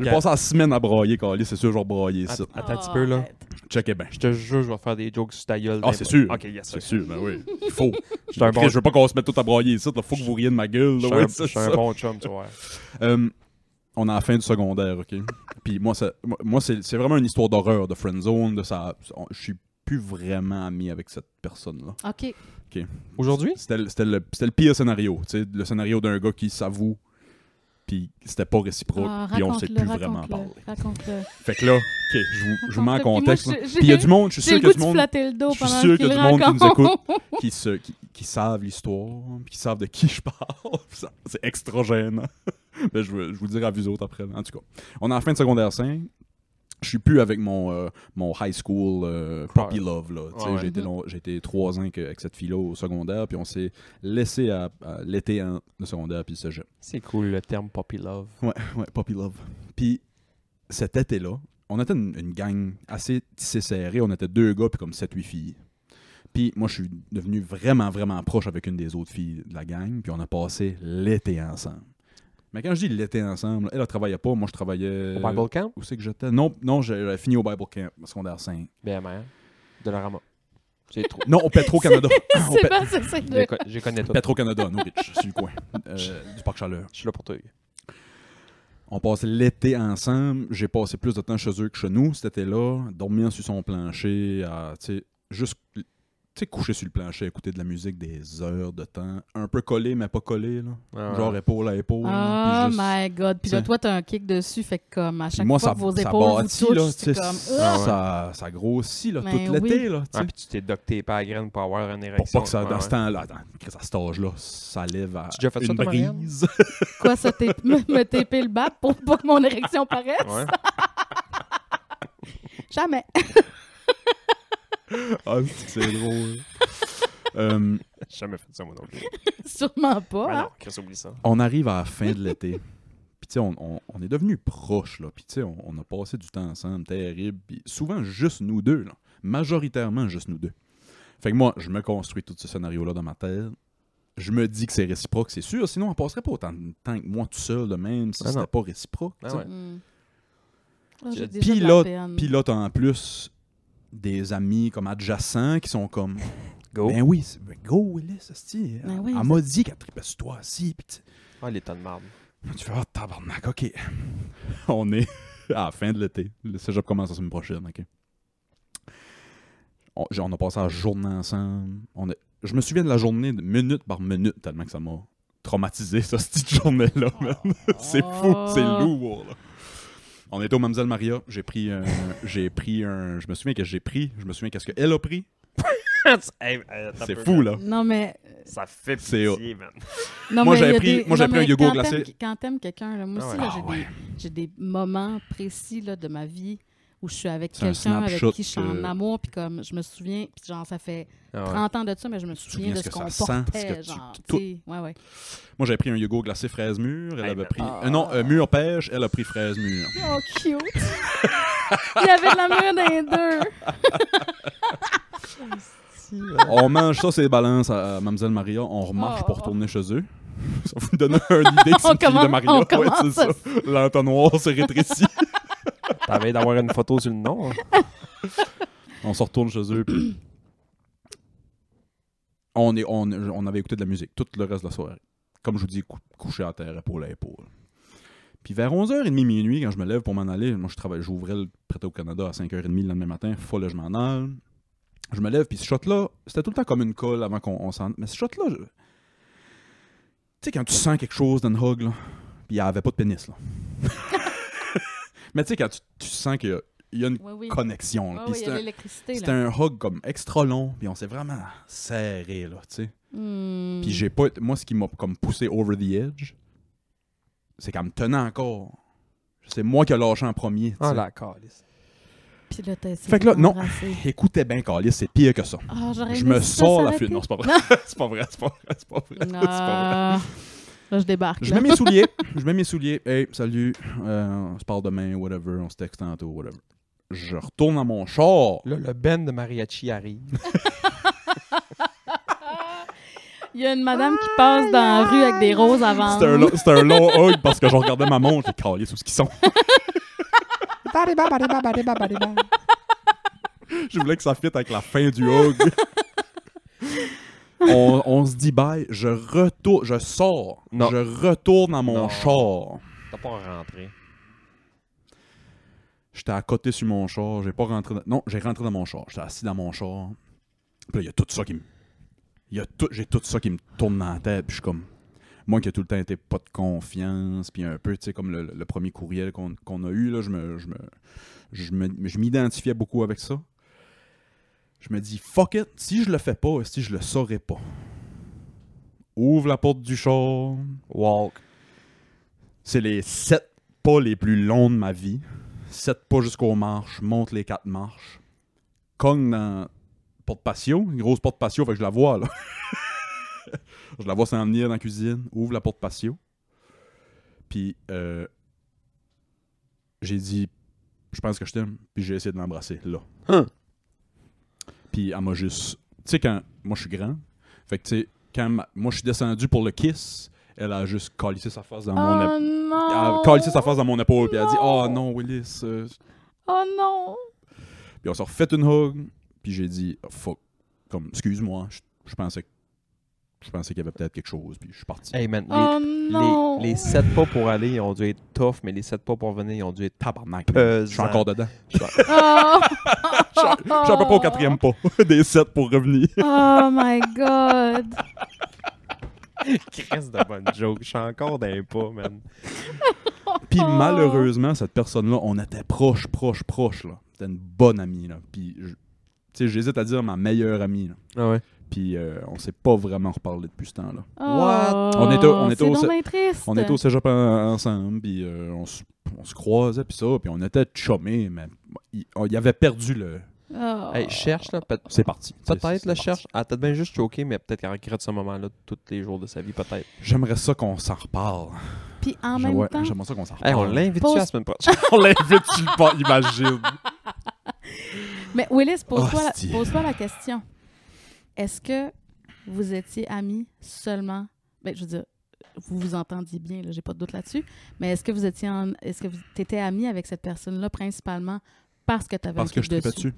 S3: J'ai
S2: Ga-
S3: passé la semaine à broyer, Carly. C'est sûr, je vais broyer ça.
S2: Attends un petit peu, là.
S4: Oh,
S3: Check eh ben. it bien.
S2: Je te jure, je vais faire des jokes sur ta gueule.
S3: Ah, c'est sûr.
S2: Ok, yes,
S3: C'est
S2: sir.
S3: sûr, ben oui. Il faut.
S2: Je suis un bon
S3: Je veux pas qu'on se mette tout à broyer ici. Là. Faut que vous riez de ma gueule.
S2: je
S3: Là.
S2: suis
S3: Oui,
S2: un-
S3: c'est
S2: je suis un
S3: ça.
S2: bon chum, tu vois.
S3: Euh, on est à la fin du secondaire, OK? Puis moi, ça, moi- moi c'est c'est vraiment une histoire d'horreur, de friendzone, de ça. on- Je suis plus vraiment ami avec cette personne-là.
S4: OK.
S2: Aujourd'hui?
S3: C'était le, c'était le- c'était le pire scénario, tu sais, le scénario d'un gars qui s'avoue, puis c'était pas réciproque,
S4: Ah,
S3: puis on s'est
S4: raconte-le,
S3: plus vraiment
S4: raconte-le,
S3: parlé.
S4: Raconte-le.
S3: Fait que là, OK, je vous, je vous mets en
S4: Raconte-le.
S3: contexte.
S4: Puis moi, je-
S3: là. Puis
S4: j'ai-
S3: il y a du monde, je suis
S4: J'ai
S3: sûr qu'il y
S4: le goût
S3: a du
S4: de
S3: monde
S4: flatter le dos
S3: je suis
S4: pendant
S3: sûr
S4: qu'il
S3: qu'il y a du monde
S4: raconte.
S3: qui nous écoute. qui, se, qui, qui savent l'histoire, puis qui savent de qui je parle. Ça, C'est extra gênant. Mais je, veux- je vous le dirai à vous autres après. En tout cas, on est en fin de secondaire 5. Je suis plus avec mon, euh, mon high school euh, puppy
S2: Ouais.
S3: love. là. Tu sais,
S2: Ouais, ouais.
S3: J'ai été,
S4: Mhm.
S3: long- j'ai été trois ans que- avec cette fille-là au secondaire, puis on s'est laissé à, à l'été en le secondaire, puis ce jeu.
S2: C'est cool le terme puppy love.
S3: Ouais, ouais, Poppy Love. Puis cet été-là, on était une, une gang assez tissée serrée. On était deux gars puis comme 7-8 filles. Puis moi, je suis devenu vraiment, vraiment proche avec une des autres filles de la gang. Puis on a passé l'été ensemble. Mais quand je dis l'été ensemble, elle, elle travaillait pas. Moi, je travaillais.
S2: Au Bible Camp?
S3: Où c'est que j'étais? Non, non j'avais fini au Bible Camp, secondaire 5.
S2: BMR. Dolorama. C'est trop.
S3: Non, au Petro-Canada. Ah, au Pe-
S4: Sébastien
S2: Je
S4: Saint-Denis.
S2: les con- je les connais tout.
S3: Petro-Canada, Norwich, sur le coin. euh, du Parc Chaleur.
S2: Je suis là pour toi.
S3: On passait l'été ensemble. J'ai passé plus de temps chez eux que chez nous cet été-là, dormir sur son plancher, à, tu sais, juste tu sais, coucher sur le plancher, écouter de la musique des heures de temps. Un peu collé, mais pas collé. Là.
S2: Ah.
S3: Genre épaule à épaule. là,
S4: Oh
S3: puis juste-
S4: my god. Puis là,
S3: T'sais.
S4: toi, t'as un kick dessus, fait que comme à
S3: puis
S4: chaque
S3: moi,
S4: fois
S3: ça,
S4: que vos
S3: ça
S4: épaules
S3: bâtit,
S4: vous touchent,
S3: là, tu sais,
S4: c'est comme... Ah,
S3: ça, ça, ça grossit là,
S4: Ben
S3: tout l'été.
S4: oui.
S3: là, tu sais.
S2: Ah, puis tu t'es docté pas à graine pour avoir une
S3: pour
S2: érection.
S3: pas que ça,
S2: Ouais,
S3: dans
S2: ouais.
S3: ce temps-là, dans, à cet âge-là, ça lève à
S2: Tu as déjà fait ça,
S3: une
S2: toi, Marianne?
S3: brise.
S4: Quoi, ça t'é- me, me taper le bas pour pas que mon érection paraisse?
S2: Ouais.
S4: Jamais.
S3: ah, c'est drôle. Euh,
S2: J'ai jamais fait ça, moi non plus.
S4: Sûrement pas.
S2: Ah
S4: hein?
S2: non, Chris, oublie ça.
S3: on arrive à la fin de l'été. Puis, tu sais, on, on- on est devenus proches, là. Puis, tu sais, on, on a passé du temps ensemble, terrible. Puis, souvent, juste nous deux, là. Majoritairement, juste nous deux. Fait que moi, je me construis tout ce scénario-là dans ma tête. Je me dis que c'est réciproque, c'est sûr. Sinon, on passerait pas autant de temps que moi tout seul, de même, si
S2: Ah non.
S3: c'était pas réciproque.
S2: Ah
S3: tu sais.
S2: ouais.
S4: Hmm. Ah,
S3: Puis
S4: j'ai déjà de la
S3: là,
S4: peine.
S3: puis là, t'as en plus des amis comme adjacents qui sont comme
S2: Go.
S3: Ben oui, c'est- ben go, Willis, hostie.
S4: Ben
S3: elle
S4: oui,
S3: elle m'a dit qu'elle tripait sur toi aussi. Puis, tu sais,
S2: Ah, les tas de marde.
S3: Là, Tu fais, ah, tabarnak, ok. On est à la fin de l'été. Le cégep commence la semaine prochaine, ok. On, j'ai- on a passé la journée ensemble. On a- je me souviens de la journée, de minute par minute, tellement que ça m'a traumatisé, ça, cette petite journée-là, man. c'est fou, c'est
S4: Oh.
S3: lourd, là. On était au Mamselle Maria. J'ai pris un. J'ai pris un. Je me souviens que j'ai pris. Je me souviens qu'est-ce qu'elle a pris.
S2: Hey, euh, t'as
S3: C'est
S2: peu,
S3: fou, là.
S4: Non, mais...
S2: Ça fait
S3: C'est
S2: pitié, man.
S4: Non,
S3: Moi,
S4: mais il y a
S3: j'avais pris-
S4: des-
S3: moi, j'avais
S4: non,
S3: pris un
S4: mais
S3: yogourt
S4: quand
S3: glacé.
S4: t'aimes- Quand t'aimes quelqu'un, là, moi
S2: Ah
S4: aussi,
S2: ouais.
S4: là,
S3: Ah
S4: j'ai des-
S3: ouais.
S4: j'ai des, moments précis là, de ma vie où je suis avec
S3: C'est un
S4: quelqu'un avec
S3: snapshot euh,
S4: qui je suis en
S3: que-
S4: amour, puis comme je me souviens, puis genre, ça fait
S2: Ah ouais.
S4: 30 ans de ça, mais je me souviens
S3: souviens
S4: de
S3: ce
S4: ce
S3: que
S4: qu'on
S3: ça sent, ce que
S4: portait,
S3: tu-
S4: genre,
S3: tout.
S4: tu sais. Ouais, ouais.
S3: Moi, j'avais pris un yogourt glacé fraise mûre. Elle
S2: Hey,
S3: avait
S2: man.
S3: pris. euh, non, euh, mûre pêche. Elle a pris fraise mûre.
S4: Oh, cute! il y avait de la mûre dans les deux!
S3: On mange ça, c'est balance à à Mademoiselle Maria. On remarche
S4: Oh.
S3: pour retourner chez eux. Ça vous donne une idée que c'est
S4: On
S3: une fille de
S4: commence-
S3: Maria.
S4: on
S3: Ouais,
S4: commence
S3: c'est ça. L'entonnoir s'est rétréci.
S2: T'avais d'avoir une photo sur le nom. hein.
S3: on se retourne chez eux. puis on, est, on, on avait écouté de la musique tout le reste de la soirée. Comme je vous dis, cou- couché à terre, épaule à épaule. Puis vers 11h30, minuit, quand je me lève pour m'en aller, moi je travaille, j'ouvrais le prêt au Canada à 5h30 le lendemain matin, folle, je m'en aille. Je me lève, puis ce shot-là, c'était tout le temps comme une colle avant qu'on on s'en. Mais ce shot-là, je- tu sais, quand tu sens quelque chose dans une hug, là, puis il n'y avait pas de pénis, là. Mais tu sais, quand tu, tu sens qu'il y a- il y a une
S4: Ouais, oui.
S3: connexion, là, puis
S4: Ouais, ouais, il y
S3: c'est
S4: a
S3: un-
S4: l'électricité,
S3: c'était
S4: là.
S3: un hug comme extra long, puis on s'est vraiment serré là, tu sais.
S4: Hmm.
S3: Puis j'ai pas été- moi ce qui m'a comme poussé over the edge, c'est qu'elle me tenait encore. C'est moi qui ai lâché en premier, tu sais.
S2: Ah, la calice.
S4: Puis là, t'as essayé
S3: Fait que là,
S4: de
S3: non.
S4: l'embrasser.
S3: Écoutez bien Calis, c'est pire que ça.
S4: Ah, j'aurais
S3: Je
S4: aimé
S3: me
S4: ça
S3: sors la
S4: s'arrêter.
S3: fuite. Non, c'est pas vrai. c'est pas vrai, c'est pas vrai, c'est pas vrai. c'est pas vrai.
S4: Ah. Là, je débarque.
S3: Je
S4: là.
S3: mets mes souliers, je mets mes souliers. Hey, salut, euh, on se parle demain, whatever, on se texte tantôt, whatever. Je retourne dans mon char.
S2: Là, le Ben de mariachi arrive.
S4: Il y a une madame qui passe dans la rue avec des roses avant.
S3: C'était Ah! un, lo- c'était un long hug parce que je regardais ma montre, les calais où ce qu'ils sont. je voulais que ça fitte avec la fin du hug. on, on se dit bye, je retourne, je sors,
S2: Non.
S3: je retourne à mon
S2: Non.
S3: char.
S2: T'as pas rentré.
S3: J'étais à côté sur mon char, j'ai pas rentré dans- Non, j'ai rentré dans mon char, j'étais assis dans mon char. Puis là, il y a tout ça qui me... il y a tout- J'ai tout ça qui me tourne dans la tête, puis je suis comme... Moi qui ai tout le temps été pas de confiance, puis un peu, tu sais, comme le, le premier courriel qu'on qu'on a eu, là, je me... Je me... Je me- je m'identifiais beaucoup avec ça. Je me dis, fuck it, si je le fais pas, si je le saurais pas. Ouvre la porte du char.
S2: Walk.
S3: C'est les sept pas les plus longs de ma vie. Sept pas jusqu'aux marches, monte les quatre marches. Cogne dans porte patio, une grosse porte patio, fait que je la vois là. je la vois s'en venir dans la cuisine, ouvre la porte patio. Puis euh, j'ai dit je pense que je t'aime, puis j'ai essayé de l'embrasser là.
S2: Hein?
S3: Puis elle m'a juste sais, quand. Moi, je suis grand. Fait que, tu sais, quand ma- moi, je suis descendu pour le kiss, elle a juste collissé sa face dans mon épaule.
S4: oh non!
S3: Elle a Ah, collissé sa face dans mon épaule, puis elle a dit
S4: Non.
S3: Oh non, Willis. euh,
S4: Oh non!
S3: Puis on s'est refait une hug. Puis j'ai dit, oh, fuck, comme, excuse-moi, je, je pensais que- je pensais qu'il y avait peut-être quelque chose. Puis je suis parti.
S2: Hey man, les,
S4: Oh
S2: les-
S4: non!
S2: les sept pas pour aller, ils ont dû être tough, mais les sept pas pour venir, ils ont dû être
S3: Tabarnak.
S2: pesants.
S3: Je suis encore dedans. Je suis je
S4: Oh!
S3: suis à je suis à peu près au quatrième pas des sept pour revenir.
S4: Oh my god!
S2: Christ de bonne joke. Je suis encore d'un pas, man.
S4: Oh.
S3: Puis malheureusement, cette personne-là, on était proche, proche, proche. là. C'était une bonne amie. Là. Puis, je- tu sais, j'hésite à dire ma meilleure amie. là.
S2: Ah ouais.
S3: Puis euh, on s'est pas vraiment reparlé depuis ce temps-là.
S4: Oh,
S2: What?
S3: On était- on était
S4: c'est
S3: au-
S4: donc bien triste.
S3: On était au cégep en- ensemble, puis euh, on, se- on se croisait, puis ça, puis on était chômés, mais il, on- il avait perdu le...
S4: Oh.
S2: Hey, cherche, là. peut-
S3: C'est parti. C'est-
S2: Peut-être,
S3: c'est
S2: là,
S3: parti.
S2: cherche. Ah, peut-être bien juste choqué, mais peut-être qu'elle regrette ce moment-là tous les jours de sa vie, peut-être.
S3: J'aimerais ça qu'on s'en reparle.
S4: Puis en
S3: Je-
S4: même
S3: ouais,
S4: temps,
S3: J'aimerais ça qu'on s'en reparle.
S2: Hey, on l'invite-tu
S4: Pause.
S2: la semaine prochaine?
S3: on l'invite, tu le pas, imagine.
S4: mais Willis, pose-toi la-
S3: Oh, Hostie.
S4: pose-toi la question. Est-ce que vous étiez amis seulement... Ben, je veux dire, vous vous entendiez bien, là, j'ai pas de doute là-dessus, mais est-ce que vous étiez en... Est-ce que vous étiez amis avec cette personne-là principalement parce que tu avais
S3: Parce que je
S4: te
S3: tripais dessus.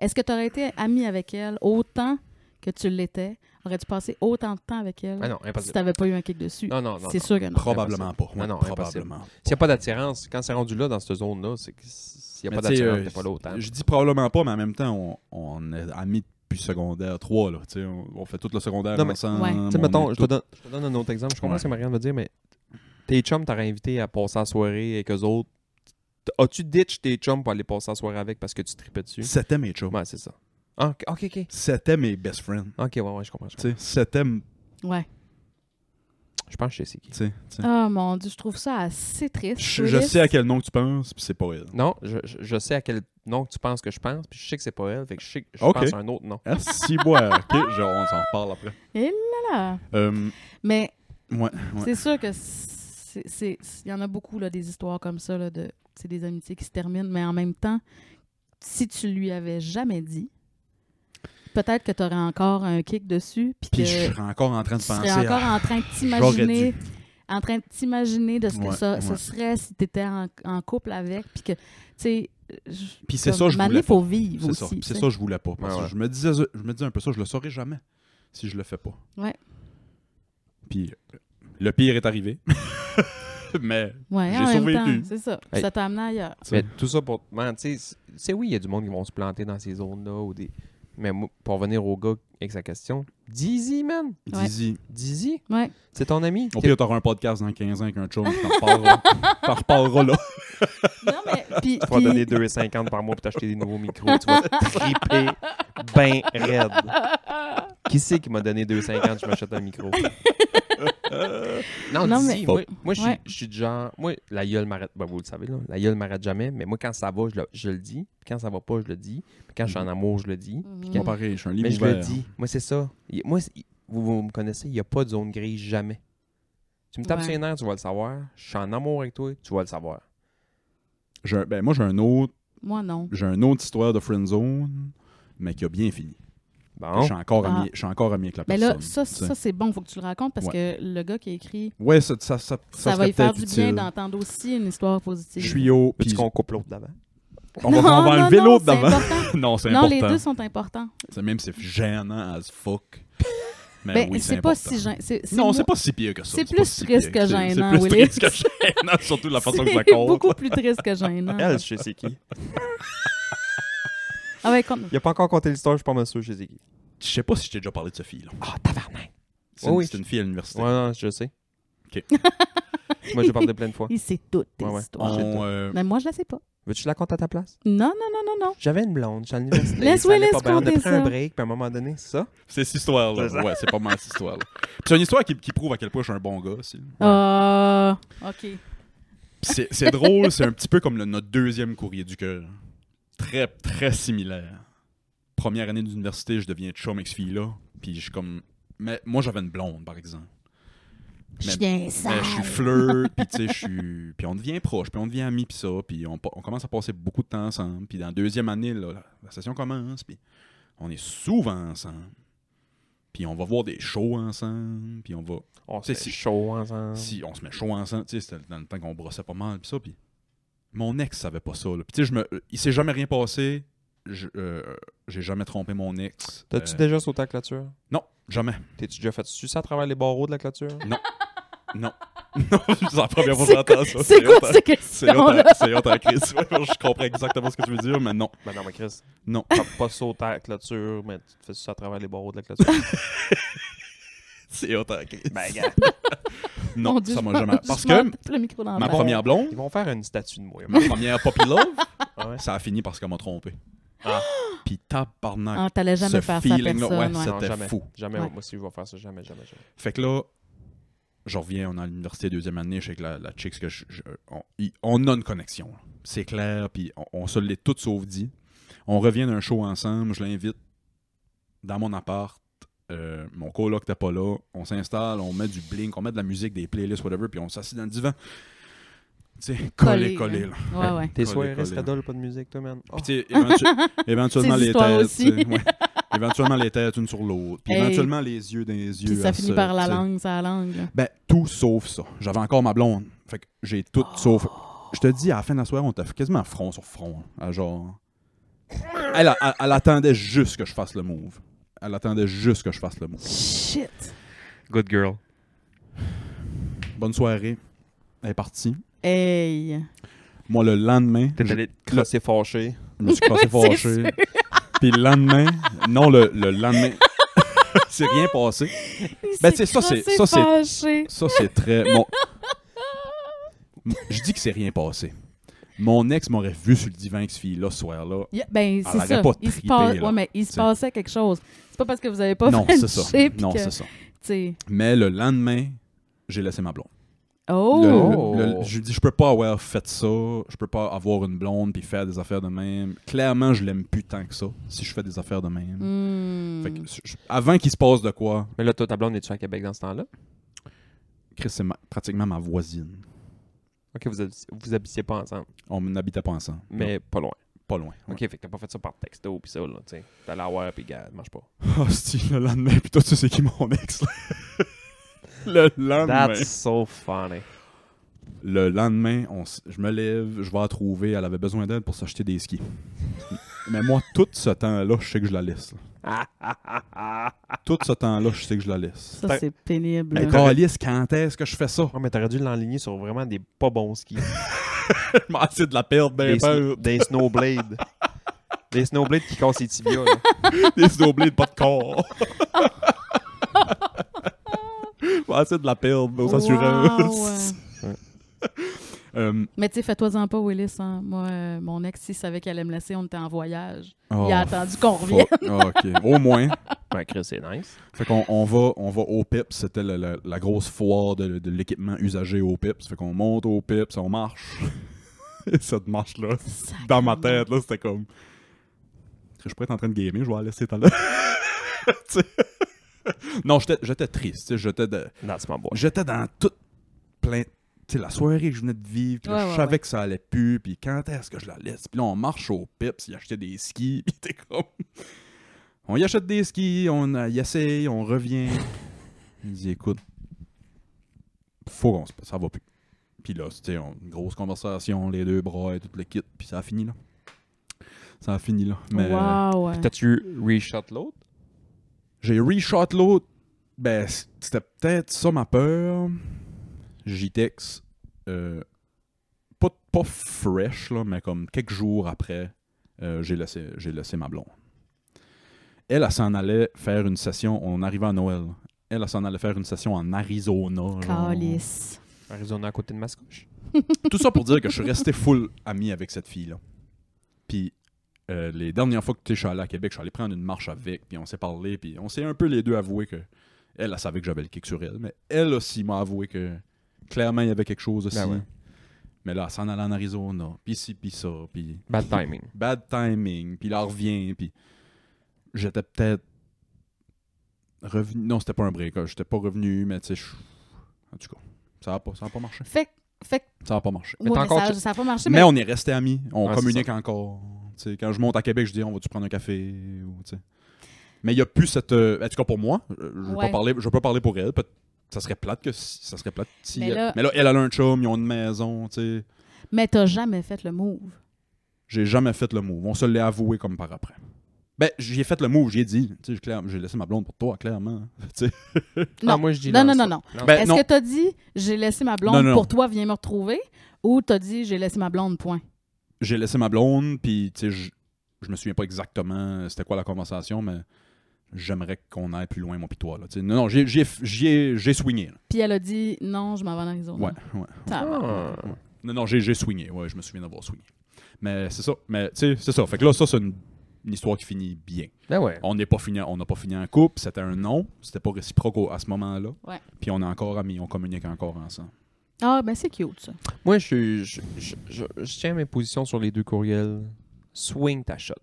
S4: Est-ce que tu aurais été amie avec elle autant que tu l'étais? Aurais-tu passé autant de temps avec elle
S2: Ah non,
S4: si
S2: impossible.
S4: t'avais pas eu un kick dessus?
S2: Non, non, non.
S4: C'est
S2: non.
S4: sûr que non.
S3: Probablement pas. ouais,
S2: Non, non, impossible.
S3: probablement.
S2: S'il n'y a pas d'attirance, quand c'est rendu là, dans cette zone-là, c'est que s'il n'y a
S3: Mais
S2: pas
S3: tu sais,
S2: d'attirance,
S3: euh,
S2: t'es pas hein. là autant.
S3: Je dis probablement pas, mais en même temps, on, on est amis depuis secondaire 3, là. tu sais, On, on fait tout le secondaire
S2: Non, mais-
S3: ensemble.
S4: Ouais.
S3: on
S2: Tu sais, mettons,
S3: est
S2: je te, donne, je te donne un autre exemple. Je comprends
S3: Ouais.
S2: ce que Marianne veut dire, mais tes chums t'aurais invité à passer la soirée avec eux autres. T- As-tu ditch tes chums pour aller passer la soirée avec parce que tu tripais dessus?
S3: tous- C'était mes chums.
S2: Ouais, c'est ça. Ah, ok, ok, ok.
S3: C'était mes best friends.
S2: Ok, ouais, ouais, je comprends. Je,
S3: Tu
S2: comprends.
S3: sais, C'était... m-
S4: Ouais.
S2: Je pense que je sais c'est qui.
S3: tu sais, tu sais.
S4: Oh mon dieu, je trouve ça assez triste.
S3: Hein? Je, je
S4: Willis.
S3: sais à quel nom que tu penses, puis c'est pas elle.
S2: Non, je, je- je sais à quel nom que tu penses que je pense, puis je sais que c'est pas elle, fait que je sais que je
S3: Ok.
S2: pense à un autre nom.
S3: Ah, si, moi, ok, je- on s'en reparle après.
S4: Voilà.
S3: Euh,
S4: Mais
S3: ouais, ouais.
S4: c'est sûr que c'est- c'est- il y en a beaucoup là, des histoires comme ça là, de c'est des amitiés qui se terminent, mais en même temps, si tu lui avais jamais dit, peut-être que tu aurais encore un kick dessus, puis
S3: Puis
S4: que-
S3: je suis encore en train de
S4: tu serais
S3: penser
S4: encore
S3: à...
S4: en train de
S3: J'aurais
S4: t'imaginer
S3: dû.
S4: en train de t'imaginer de ce que
S3: Ouais,
S4: ça,
S3: ouais.
S4: ça serait si tu étais en, en couple avec puis que tu sais je-
S3: Puis c'est
S4: comme,
S3: ça, je
S4: Mané,
S3: voulais
S4: faut vivre
S3: C'est ça.
S4: aussi.
S3: Puis C'est
S4: tu
S3: ça, je voulais pas. Parce
S2: Ouais,
S3: que
S2: ouais.
S3: je me disais, je me disais un peu ça, je le saurais jamais si je le fais pas.
S4: Ouais.
S3: Puis euh, le pire est arrivé. Mais
S4: sais. Ouais,
S3: j'ai
S4: en même
S3: survécu.
S4: temps, C'est ça.
S2: Hey.
S4: Ça t'a amené ailleurs.
S3: tu sais,
S2: Mais tout ça pour. man, tu sais, c'est- c'est oui, il y a du monde qui vont se planter dans ces zones-là. ou des. Mais moi, pour revenir au gars avec sa question, Dizzy, man.
S4: Ouais.
S3: Dizzy,
S2: Dizzy,
S4: Ouais.
S2: c'est ton ami.
S3: au pire, t'auras un podcast dans 15 ans avec un chum, t'en reparleras, t'en reparleras là.
S4: Non mais puis
S2: Tu vas
S4: puis-
S2: donner 2,50 par mois pour t'acheter des nouveaux micros. Tu vas triper ben raide. Qui c'est qui m'a donné 2,50 je m'achète un micro? non,
S4: Non,
S2: Dizzy,
S4: mais-
S2: moi, moi, je suis-
S4: Ouais.
S2: je suis du genre... Moi, la gueule m'arrête... Ben, vous le savez, là. La gueule m'arrête jamais. Mais moi, quand ça va, je le, je le dis. Puis quand ça va pas, je le dis. Puis quand je suis en amour, je le dis.
S4: Mhm.
S3: Moi, pareil, je suis un livre
S2: Mais je le
S3: ouvert.
S2: dis. Moi, c'est ça. Il- Moi, c'est- il- vous, vous me connaissez, il n'y a pas de zone grise jamais. Tu me tapes
S4: Ouais.
S2: sur les nerfs, tu vas le savoir. Je suis en amour avec toi, tu vas le savoir.
S3: J'ai un- ben, moi, j'ai un autre,
S4: Moi non.
S3: j'ai une autre histoire de friend zone, mais qui a bien fini.
S2: Bon.
S3: Je suis encore
S4: Ah.
S3: ami, je suis encore ami avec la
S4: Mais
S3: personne.
S4: là ça
S3: tu sais.
S4: ça c'est bon, faut que tu le racontes parce que le gars qui a écrit
S3: ouais, ça, ça, ça,
S4: ça,
S3: serait
S4: va lui faire
S3: peut-être
S4: du bien
S3: utile.
S4: d'entendre aussi une histoire positive.
S3: Je suis au.
S2: Puis
S3: Puis
S2: qu'on coupe l'autre d'avant.
S3: on va,
S4: Non,
S3: on va
S4: non,
S3: enlever
S4: non,
S3: l'autre
S4: c'est
S3: d'avant.
S4: important.
S3: Non, c'est
S4: Non,
S3: important.
S4: les deux sont importants.
S3: C'est même c'est gênant as fuck. Mais
S4: Ben,
S3: oui,
S4: c'est
S3: c'est
S4: pas
S3: important.
S4: si gênant. c'est-
S3: Non,
S4: moins-
S3: c'est pas si pire que ça.
S4: c'est
S3: pas
S4: plus
S3: si
S4: triste
S3: pire
S4: que
S3: ça.
S4: gênant,
S3: C'est plus
S4: Willis.
S3: triste que gênant, surtout la façon que ça
S4: C'est
S3: compte.
S4: beaucoup plus triste que gênant.
S2: Elle, je sais c'est qui.
S4: Ah ouais, compte-
S2: Il a pas encore compté l'histoire, je suis pas mal sûr, je sais qui.
S3: Je sais pas si je t'ai déjà parlé de ce fille.
S2: Ah, tabarnak!
S3: C'est
S2: Oui,
S3: une,
S2: oui.
S3: c'est une fille à l'université.
S2: Ouais, non, je sais.
S3: Ok.
S2: Moi, je parlé plein de fois.
S4: Il sait toutes tes
S2: Ouais, ouais.
S4: histoires.
S3: On, euh,
S4: Mais moi, je la sais pas.
S2: Veux-tu que je la compte à ta place?
S4: Non, non, non, non, non.
S2: J'avais une blonde, j'étais à l'université.
S4: Laisse
S2: ça allait
S4: Willis
S2: pas bien, On a
S4: compter
S2: pris un
S4: ça.
S2: break, puis à un moment donné, c'est ça.
S3: c'est cette histoire-là.
S2: C'est ça.
S3: Ouais, c'est pas mal cette histoire-là. Puis c'est une histoire qui, qui prouve à quel point je suis un bon gars. aussi.
S4: Ah, OK.
S3: Puis C'est c'est drôle, c'est un petit peu comme le- notre deuxième courrier du cœur. Très, très similaire. Première année d'université, je deviens chum avec ce fille-là. Puis je suis comme. Mais moi, j'avais une blonde, par exemple. Mais-
S4: Chien
S3: Mais je suis
S4: sale.
S3: fleur, puis tu sais, je suis. Puis on devient proche, puis on devient amis, puis ça, puis on, pa- on commence à passer beaucoup de temps ensemble. Puis dans la deuxième année, là, la, la session commence, puis On est souvent ensemble. Puis on va voir des shows ensemble. Puis on va.
S2: On
S3: Tu sais,
S2: s'est
S3: si-
S2: Oh, chaud hein,
S4: Ah.
S2: ensemble.
S3: Si on se met chaud ensemble, tu sais, c'était dans le temps qu'on brossait pas mal, puis ça, puis mon ex savait pas ça. là. Puis tu sais, je me, euh, il s'est jamais rien passé. Je- euh, J'ai jamais trompé mon ex.
S2: T'as-tu
S3: Euh,
S2: déjà sauté à la clôture?
S3: Non, jamais.
S2: T'es-tu déjà fait sucer à travers les barreaux de la clôture?
S3: Non. non, c'est la première fois que
S4: C'est
S3: j'entends ça.
S4: C'est quoi
S3: longtemps-
S4: ces
S3: C'est hot
S4: questions-là?
S3: à- c'est hot à Chris. Je comprends exactement ce que tu veux dire, mais non.
S2: Mais Ben non, mais Chris.
S3: Non.
S2: T'as pas sauté à la clôture, mais tu te fais sucer à travers les barreaux de la clôture.
S3: C'est hot à Chris.
S4: Ben, Mon
S3: Non,
S4: Dieu,
S3: ça
S4: je
S3: m'a
S4: pense-
S3: jamais.
S4: je
S3: Parce
S4: m'en
S3: que
S4: tape le micro dans
S3: ma
S4: la face.
S3: première
S2: Ils
S3: blonde,
S2: vont faire une statue de moi.
S3: ma première poppy love,
S2: Ah ouais?
S3: ça a fini parce qu'elle m'a trompé.
S2: Ah.
S3: Puis tabarnak.
S4: Ah, t'allais jamais
S3: ce
S4: faire ça à
S3: feeling-là, ouais,
S4: personne. ouais.
S2: Non,
S3: c'était
S2: jamais.
S3: fou.
S2: Jamais,
S4: Ouais.
S2: moi aussi, je vais faire ça. Jamais, jamais, jamais.
S3: Fait que là, je reviens, on est à l'université deuxième année, je sais que la, la chicks que je- je- on, y- on a une connexion. là. C'est clair, puis on, on se l'est tout sauf dit. On revient d'un show ensemble, je l'invite dans mon appart. euh, mon coloc t'es pas là, on s'installe, on met du blink, on met de la musique, des playlists, whatever, puis on s'assit dans le divan. Tu sais, collé,
S4: Collé,
S3: collé.
S4: hein.
S3: là.
S4: Ouais, ouais.
S2: Tes
S3: Collé,
S2: soirées
S3: collé.
S2: Stradol, pas de musique, toi, man. Oh.
S3: Puis tu sais, éventu- éventuellement
S4: Ces
S3: les
S4: histoires
S3: têtes.
S4: aussi.
S3: tu sais, ouais. Éventuellement les têtes une sur l'autre. Puis
S4: Hey.
S3: éventuellement les yeux dans les yeux.
S4: Puis ça
S3: à se-
S4: finit par la
S3: tu sais.
S4: langue, ça langue. là.
S3: Ben, tout sauf ça. J'avais encore ma blonde. Fait que j'ai tout sauf. Je te dis, à la fin de la soirée, on t'a fait quasiment front sur front. hein, à genre. Elle, elle- elle attendait juste que je fasse le move. Elle attendait juste que je fasse le move.
S4: Shit!
S2: Good girl.
S3: Bonne soirée. Elle est partie.
S4: Hey!
S3: Moi, le lendemain,
S2: T'es
S3: je
S2: allé te crosser fâché.
S3: je me suis crossé
S4: Oui, c'est
S3: fâché. Puis le lendemain, non, le, le lendemain, c'est rien passé. Ben, tu sais, ça, c'est- ça, c'est-
S4: c'est.
S3: Ça, c'est très. Mon... Je dis que c'est rien passé. Mon ex m'aurait vu sur le divan avec cette fille-là ce soir-là.
S4: ben,
S3: Ah, Elle
S4: c'est
S3: aurait
S4: ça.
S3: pas
S4: il se
S3: trippé,
S4: passe-
S3: là.
S4: ouais, mais il se
S3: C'est-
S4: passait quelque chose. C'est pas parce que vous avez pas
S3: non, c'est
S4: friendship
S3: ça.
S4: puis
S3: Non,
S4: que-
S3: c'est ça.
S4: tu sais.
S3: Mais le lendemain, j'ai laissé ma blonde.
S4: Oh!
S3: Le-
S2: Oh!
S3: le- le- je lui dis, je peux pas avoir fait ça. Je peux pas avoir une blonde puis faire des affaires de même. Clairement, je l'aime plus tant que ça si je fais des affaires de même.
S4: Hmm.
S3: Fait que je- je- avant qu'il se passe de quoi,
S2: Mais là, toi, ta blonde, es-tu à Québec dans ce temps-là?
S3: Chris, c'est ma- pratiquement ma voisine.
S2: Ok, vous, hab- vous habitiez pas ensemble,
S3: On n'habitait pas ensemble.
S2: mais pas loin.
S3: Non, pas loin.
S2: Ok, fait que t'as pas fait ça par texto pis ça, là, tu sais. T'as la voir pis gars, marche pas.
S3: Oh, si, le lendemain, puis toi, tu sais qui mon ex. là. le lendemain.
S2: That's so funny.
S3: Le lendemain, on s- je me lève, je vais la trouver. Elle avait besoin d'aide pour s'acheter des skis. Mais moi, tout ce temps-là, je sais que je la laisse. là. tout ce temps-là, je sais que je la laisse.
S4: Ça, c'est pénible.
S3: Mais Calis, quand est-ce que je fais ça?
S2: Ouais, mais t'aurais dû l'enligner sur vraiment des pas bons skis.
S3: je m'en de la perte,
S2: des, sn- des snowblades. des snowblades qui cassent les tibias, là.
S3: des snowblades, pas de corps. je m'en de la perte, au sens
S4: Wow.
S3: Euh,
S4: Mais tu sais, fais-toi-en pas, Willis. hein. Moi, euh, mon ex, s'il savait qu'elle allait me laisser, on était en voyage.
S3: oh,
S4: il a attendu qu'on revienne.
S3: fuck. Ah, OK. Au moins.
S2: Ben, Chris, c'est nice.
S3: Fait qu'on on va, on va au PIPS, c'était la, la- la grosse foire de, de l'équipement usagé au PIPS. Fait qu'on monte au PIPS, on marche. Et cette marche-là, dans ma tête, là, c'était comme. Je pourrais être en train de gamer, je vais la laisser tout à l'heure. Tu sais. non, j'étais- j'étais triste. tu sais, J'étais de-
S2: That's my boy.
S3: j'étais dans tout plein. Tu sais, la soirée que je venais de vivre, puis là,
S4: Ouais,
S3: je
S4: ouais,
S3: savais
S4: ouais.
S3: que ça allait plus, puis quand est-ce que je la laisse? Puis là, on marche au Pips, il achetait des skis, puis t'es comme. On y achète des skis, on euh, y essaye, on revient. Il dit, écoute, faut qu'on se. Ça va plus. Puis là, c'était une grosse conversation, les deux bras et tout le kit, puis ça a fini là. Ça a fini là. Mais euh,
S4: Wow.
S2: T'as-tu reshot l'autre?
S3: j'ai reshot l'autre. Ben, c- c'était peut-être ça ma peur. JTEX. Euh, pas, pas fresh, là, mais comme quelques jours après, euh, j'ai laissé, j'ai laissé ma blonde. Elle, elle s'en allait faire une session. On arrivait à Noël. Elle, elle s'en allait faire une session en Arizona. genre.
S4: Calice.
S2: Arizona à côté de Mascouche.
S3: Tout ça pour dire que je suis resté full ami avec cette fille-là. Puis euh, les dernières fois que tu sais, je suis allé à Québec, je suis allé prendre une marche avec, puis on s'est parlé, puis on s'est un peu les deux avoué que elle, elle savait que j'avais le kick sur elle, mais elle aussi m'a avoué que clairement il y avait quelque chose aussi.
S2: Ben ouais.
S3: Mais là, elle s'en allait en Arizona, puis ci, puis ça, puis
S2: Bad timing.
S3: bad timing, puis là, elle revient, puis j'étais peut-être revenu. Non, c'était pas un break, hein. j'étais pas revenu, mais tu sais, je- en tout cas, ça a pas, ça a pas marché.
S4: Fait que. Fait que-
S3: Ça a pas marché.
S2: Mais
S4: ouais,
S2: t'as
S4: mais
S2: encore-
S4: ça, ça a pas marché,
S3: Mais
S4: mais,
S3: on est resté amis, on
S2: Ouais,
S3: communique encore. Tu sais, quand je monte à Québec, je dis on va-tu prendre un café ou tu sais. Mais il n'y a plus cette. euh, en tout cas, pour moi, euh, je ne
S4: Ouais.
S3: parler je veux pas parler pour elle. peut- ça serait plate que si- ça serait plate si
S4: Mais
S3: elle-
S4: là-
S3: mais là, elle a un chum, ils ont une maison, tu sais.
S4: Mais t'as jamais fait le move.
S3: J'ai jamais fait le move. On se l'est avoué comme par après. Ben, j'y ai fait le move, j'y ai dit. Tu sais, clair- j'ai laissé ma blonde pour toi, clairement. Tu sais.
S4: Non.
S2: Ah, moi, je dis
S4: Non, non,
S2: lance
S4: non,
S2: ça.
S4: non.
S3: Ben,
S4: Est-ce
S3: non.
S4: que t'as dit j'ai laissé ma blonde
S3: Non, non, non.
S4: pour toi, viens me retrouver ou t'as dit j'ai laissé ma blonde, point?
S3: j'ai laissé ma blonde, puis tu sais, je, je me souviens pas exactement c'était quoi la conversation, mais j'aimerais qu'on aille plus loin, mon pis toi. Là, tu sais. non, non, j'ai- j'ai j'ai- j'ai swingé. là.
S4: Puis elle a dit non, je m'en vais en Arizona.
S3: Ouais, ouais.
S4: Tabarnak.
S2: Ah.
S3: Non, non, j'ai j'ai swingé. Ouais, je me souviens d'avoir swingé. Mais c'est ça. Mais tu sais, c'est ça. Fait que là, ça, c'est une, une histoire qui finit bien.
S2: Ben ouais.
S3: On n'est pas fini, on n'a pas fini en couple. C'était un non. C'était pas réciproque au- à ce moment-là.
S4: Ouais.
S3: Puis on est encore amis, on communique encore ensemble.
S4: Ah, ben c'est cute, ça.
S2: Moi, je, suis- je, je, je, je tiens mes positions sur les deux courriels. Swing ta shot.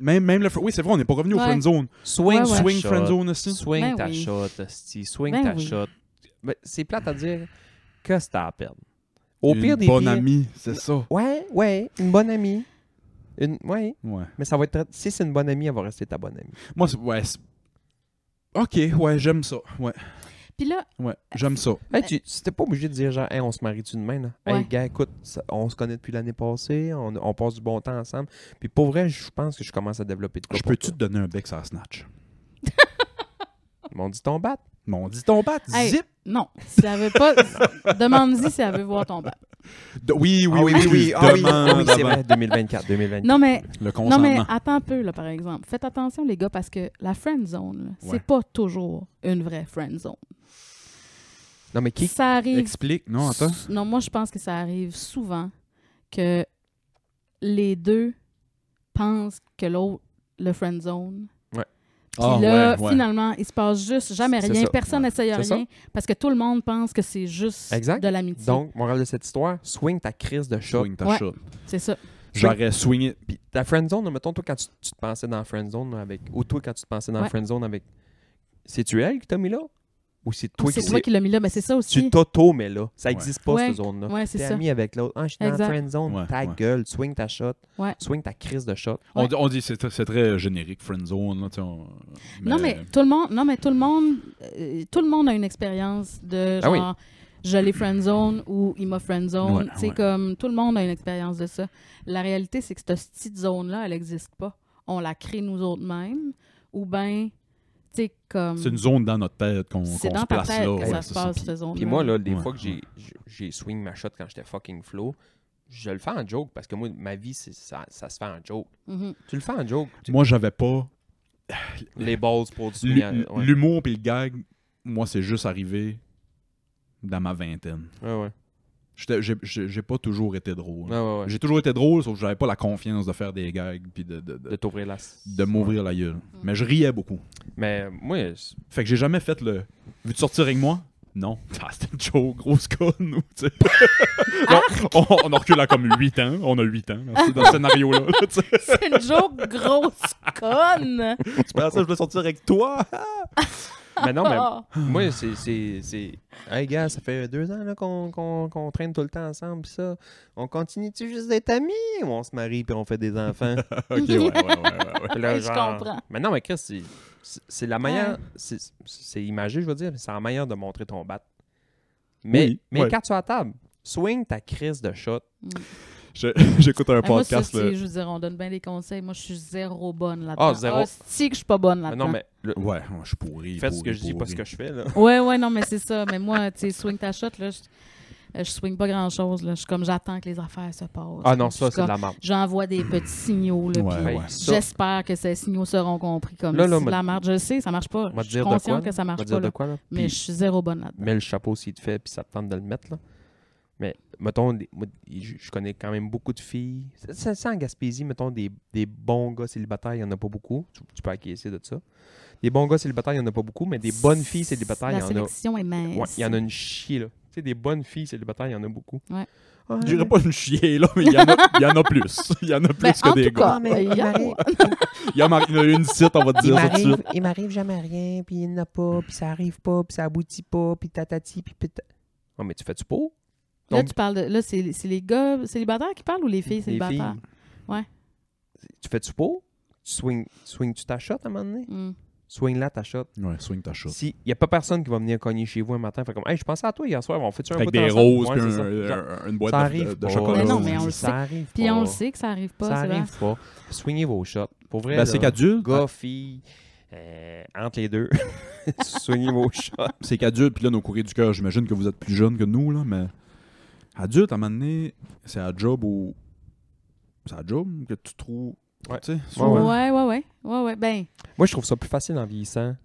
S3: Même, même le. fr- Oui, c'est vrai, on n'est pas revenu au
S4: Ouais.
S3: friend zone.
S2: Swing,
S4: Ouais, ouais.
S3: Swing
S2: ta
S3: friend
S2: shot.
S3: zone aussi.
S2: Swing
S4: Ben
S2: ta
S4: oui.
S2: shot, hostie. Swing
S4: Ben
S2: ta
S4: oui.
S2: shot. Ben, c'est plate à dire. Que c'est à perdre. Au
S3: Une
S2: pire des
S3: bonne
S2: pires-
S3: amie, c'est ça.
S2: Ouais, ouais, une bonne amie. Une... Ouais,
S3: Ouais.
S2: mais ça va être... très- Si c'est une bonne amie, elle va rester ta bonne amie.
S3: Moi, c'est- ouais. c'est- Ok, ouais, j'aime ça. Ouais,
S4: Puis là,
S3: ouais, j'aime ça.
S2: Hey, tu tu t'es pas obligé de dire genre, Hey, on se marie-tu demain, là?
S4: Ben Ouais.
S2: Hey, gars, écoute, ça- on se connaît depuis l'année passée, on, on passe du bon temps ensemble. Puis pour vrai, je pense que je commence à développer de quoi
S3: Je
S2: pour
S3: peux-tu te
S2: toi.
S3: donner un bec sur la snatch?
S2: Ils m'ont dit ton bat.
S3: Mon dit ton bat,
S4: Hey.
S3: zip!
S4: non. Si elle veut pas. Demande-y si elle veut voir ton bat.
S3: De- Oui, oui,
S2: Ah
S3: oui,
S2: oui,
S3: excuse,
S2: ah oui,
S3: demande
S2: oui, c'est
S3: avant.
S2: vrai, 2024, 2024.
S4: Non, mais,
S3: Le
S4: non, mais
S3: consentement.
S4: attends un peu, là, par exemple. Faites attention, les gars, parce que la friend zone, là,
S3: Ouais.
S4: c'est pas toujours une vraie friend zone.
S2: Non, mais qui...
S4: Ça arrive
S3: Explique. Non, attends.
S4: S- Non, moi, je pense que ça arrive souvent que les deux pensent que l'autre, le friend zone. Puis
S3: Ah,
S4: là,
S3: ouais, ouais.
S4: finalement, il se passe juste jamais
S2: C'est
S4: rien.
S2: ça.
S4: Personne
S3: Ouais.
S4: n'essaye rien
S2: C'est
S4: parce que tout le monde pense que c'est juste
S2: Exact.
S4: de l'amitié.
S2: Donc, morale de cette histoire, swing ta crise de shot.
S3: Swing ta
S4: Ouais.
S3: shot.
S4: C'est ça.
S3: J'aurais swingé.
S2: Puis ta friend zone, mettons, toi, quand tu, tu te pensais dans la friend zone avec. Ou toi, quand tu te pensais dans la
S4: Ouais.
S2: friend zone avec. C'est-tu elle qui t'a mis là? Ou c'est toi qui
S4: c'est toi qui l'as mis là, mais c'est ça
S2: Tu
S4: aussi.
S2: t'auto mets là. Ça
S3: Ouais.
S2: n'existe pas,
S4: Ouais.
S2: cette zone-là.
S4: Ouais, c'est
S2: T'es
S4: ça.
S2: ami avec l'autre. Ah, je suis dans la
S4: Exact.
S2: friend zone.
S3: Ouais,
S2: ta
S3: ouais.
S2: gueule, swing ta shot.
S4: Ouais.
S2: Swing ta crise de shot.
S3: On,
S4: Ouais.
S3: dit- on dit c'est tr- c'est très générique, friend zone. Là, tu sais, on-
S4: Non, mais tout le monde, non, mais tout le monde, euh, tout le monde a une expérience de
S2: Ah
S4: genre,
S2: oui.
S4: je l'ai friendzone ou il m'a
S3: Ouais,
S4: friendzone. Tu sais,
S3: ouais.
S4: comme tout le monde a une expérience de ça. La réalité, c'est que cette petite zone-là, elle n'existe pas. On la crée nous autres mêmes ou ben, tu sais, comme.
S3: C'est une zone dans notre tête qu'on
S4: C'est
S3: qu'on
S4: dans
S3: se
S4: ta
S3: place
S4: tête
S3: là.
S4: que
S3: ouais,
S4: ça
S3: c'est
S4: se passe, cette zone-là.
S2: Puis moi, là, des
S3: Ouais,
S2: fois que
S3: ouais.
S2: j'ai- j'ai- j'ai swing ma shot quand j'étais fucking flow, je le fais en joke parce que moi, ma vie, c'est- ça, ça se fait en joke.
S4: Mhm.
S2: Tu le fais en joke. Tu-
S3: Moi, j'avais pas.
S2: Les balls pour du swing.
S3: l'hu-
S2: en- ouais.
S3: L'humour puis le gag, moi, c'est juste arrivé dans ma vingtaine.
S2: Ouais, ouais.
S3: J'étais- J'ai j'ai- j'ai pas toujours été drôle.
S2: Ouais, ouais, ouais.
S3: J'ai toujours été drôle, sauf que j'avais pas la confiance de faire des gags puis de, de, de-
S2: De t'ouvrir la.
S3: de m'ouvrir la gueule.
S4: Mm.
S3: Mais je riais beaucoup.
S2: Mais euh, moi, c'est-
S3: Fait que j'ai jamais fait le. Veux-tu sortir avec moi? Non. Ah, c'était une joke, grosse conne, ou, tu sais. Non, on, on en recule à comme 8 ans. On a 8 ans dans ce- dans ce scénario-là. tu sais.
S4: C'est une joke grosse conne.
S3: Tu pensais que je voulais sortir avec toi?
S2: mais non, mais
S4: Ah.
S2: Moi, c'est- c'est. c'est- Hey, gars, ça fait deux ans là, qu'on qu'on- qu'on traîne tout le temps ensemble, pis ça. On continue-tu juste d'être amis ou on se marie puis on fait des enfants?
S3: ok, ouais, ouais, ouais. ouais, ouais.
S2: Puis là,
S4: Je comprends.
S2: Mais non, mais Chris, c'est- c'est c'est la manière. c'est- C'est imagé, je veux dire, mais c'est la manière de montrer ton bat. Mais,
S3: Oui,
S2: mais
S3: ouais.
S2: quand tu es à table, swing ta crise de shot.
S3: Je- J'écoute un
S4: Ah, moi, ça,
S3: podcast.
S4: c'est-
S3: là.
S4: je veux dire, on donne bien des conseils. Moi, je suis zéro bonne là-dedans.
S2: Ah, zéro.
S4: si que je suis pas bonne
S2: Mais
S4: là-dedans.
S2: Ah non, mais le-
S3: Ouais, ouais, je suis pourri.
S2: fais ce que
S3: pourri,
S2: je dis, pas
S3: pourri.
S2: ce que je fais, là.
S4: Ouais, ouais, non, mais c'est ça. Mais moi, tu sais, swing ta shot, là, je, euh, je swing pas grand-chose. là. Je suis comme, j'attends que les affaires se passent.
S2: Ah non,
S4: Je suis
S2: ça, c'est de
S4: comme-
S2: la merde.
S4: J'envoie des petits signaux, là,
S3: Ouais,
S4: puis
S2: Fait
S3: ouais.
S2: que ça,
S4: j'espère que ces signaux seront compris. Comme,
S2: Là, là,
S4: c'est de
S2: m'a-
S4: la merde. Je le sais, ça marche pas.
S2: m'a dire
S4: Je suis
S2: de
S4: consciente
S2: quoi,
S4: que ça
S2: on va
S4: marche
S2: dire
S4: pas,
S2: de
S4: là.
S2: quoi, là.
S4: Mais
S2: Puis-
S4: je suis zéro bonne là-dedans.
S2: mets le chapeau s'il te fait, puis ça te tente de le mettre, là. Mais, mettons, des- moi, je je connais quand même beaucoup de filles. Ça, ça- ça, en Gaspésie, mettons, des, des bons gars célibataires, il n'y en a pas beaucoup. Tu, tu peux acquiescer de ça. Des bons gars célibataires, il n'y en a pas beaucoup, mais des bonnes filles célibataires, il y
S4: La
S2: en a.
S4: sélection est mince.
S2: Ouais, il y en a une chier, là. Tu sais, des bonnes filles célibataires, il y en a beaucoup.
S4: Ouais.
S2: Ah,
S3: Je dirais pas une chier, là, mais il y, en a- il y en a plus. Il y en a plus
S4: Ben,
S3: que
S4: en
S3: des
S4: tout
S3: gars.
S4: cas, il y a-
S3: Il y en a il y en a une site, on va te
S6: Il
S3: dire ça tout de
S6: m'arrive,
S3: suite.
S6: il m'arrive jamais rien, puis il n'y en a pas, puis ça arrive pas, puis ça aboutit pas, puis tatati, puis putain.
S2: Ah, mais tu fais-tu pour?
S4: Là, tu parles de. Là, c'est c'est les gars célibataires qui parlent ou les filles
S2: Les filles.
S4: célibataires?
S2: Tu fais-tu pour? Tu swing, swing-tu ta shot à un moment donné?
S4: Hmm.
S2: Soigne-la ta shot.
S3: Ouais, swing ta shot.
S2: Si y a pas personne qui va venir cogner chez vous un matin, fait comme Hey, je pensais à toi hier soir, on fait-tu un euh,
S3: Avec
S2: bout
S3: des
S2: ensemble?
S3: roses
S2: Ouais,
S3: puis
S2: c'est
S3: un- euh,
S2: ça. Genre,
S3: un- une boîte
S2: ça
S3: de-
S2: arrive
S3: de, de
S2: pas.
S3: chocolat.
S4: Mais non, mais on le
S2: Ça arrive
S4: Puis on
S2: pas.
S4: le sait que ça arrive pas,
S2: ça
S4: c'est vrai.
S2: arrive pas. Soignez vos shots. Pour vrai,
S3: Ben,
S2: là,
S3: c'est qu'adulte,
S2: gars, fille, euh, entre les deux, soignez vos shots.
S3: Ah, c'est qu'adulte, puis là, nos courriers du cœur, j'imagine que vous êtes plus jeunes que nous, là, mais adulte, à un moment donné, c'est à job ou. C'est à job que tu trouves.
S2: Ouais.
S3: Tu sais,
S2: Ah ouais.
S3: souvent.
S4: Ouais, ouais, ouais. Ouais, ouais. Ben,
S2: Moi, je trouve ça plus facile en vieillissant.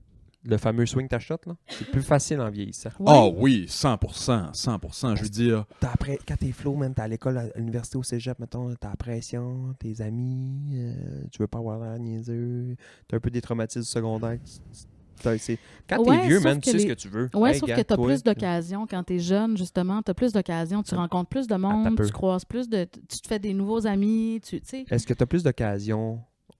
S2: Le fameux swing ta shot, là. C'est plus facile en vieillissant.
S4: ouais.
S3: Ah oui, 100%, 100%. Je veux dire,
S6: T'as après, quand t'es flow, man, t'es à l'école, à l'université, au cégep, mettons, t'as la pression, tes amis, euh, tu veux pas avoir l'air niaiseux,
S2: T'as un peu des traumatismes secondaires. que t'as- c'est- Quand
S4: Ouais,
S2: t'es vieux,
S4: sauf
S2: man,
S4: que
S2: tu sais ce que
S4: les-
S2: tu veux.
S4: Ouais,
S2: Hey,
S4: sauf que
S2: gars,
S4: t'as
S2: toi, Ah.
S4: plus d'occasions quand t'es jeune, justement. T'as plus d'occasions, tu rencontres plus de monde,
S2: peu.
S4: tu croises plus de. Tu te fais des nouveaux amis, tu tu sais.
S2: Est-ce que t'as plus d'occasions.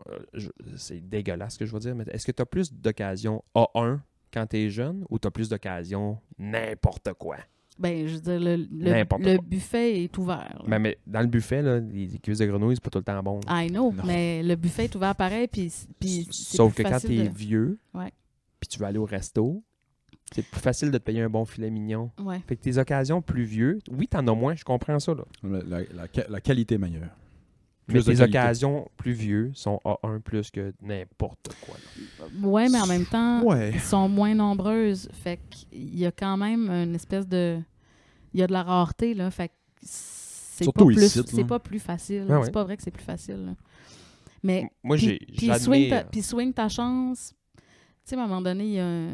S2: euh, je- c'est dégueulasse ce que je veux dire, mais est-ce que t'as plus d'occasions A1 quand t'es jeune ou t'as plus d'occasions n'importe quoi?
S4: Ben, je veux dire, le, le-
S2: N'importe
S4: le
S2: quoi.
S4: buffet est ouvert. là.
S2: Mais, mais dans le buffet, là, les les cuisses de grenouilles, c'est pas tout le temps bon. là.
S4: I know,
S3: Non.
S4: mais le buffet est ouvert pareil, puis. puis c'est
S2: Sauf que
S4: plus
S2: quand
S4: facile
S2: t'es
S4: de-
S2: vieux,
S4: Ouais.
S2: puis tu vas aller au resto, c'est plus facile de te payer un bon filet mignon.
S4: Ouais.
S2: Fait que tes occasions plus vieux, oui, t'en as moins, je comprends ça, là.
S3: la, la- la ca- la qualité est meilleure. Plus
S2: Mais
S3: de
S2: tes
S3: qualité.
S2: occasions plus vieux sont A1 plus que n'importe quoi. là.
S4: Ouais, mais en même temps,
S3: Ouais.
S4: sont moins nombreuses. Fait qu'il y a quand même une espèce de. Il y a de la rareté, là. Fait que c'est pas,
S3: Surtout
S4: plus-
S3: ici, là.
S4: c'est pas plus facile.
S2: Ah ouais.
S4: C'est pas vrai que c'est plus facile. là. Mais.
S2: Moi,
S4: puis-
S2: j'ai euh,
S4: Puis swing, ta,
S2: j'admire.
S4: puis swing ta chance. Tu sais, à un moment donné, il y a un.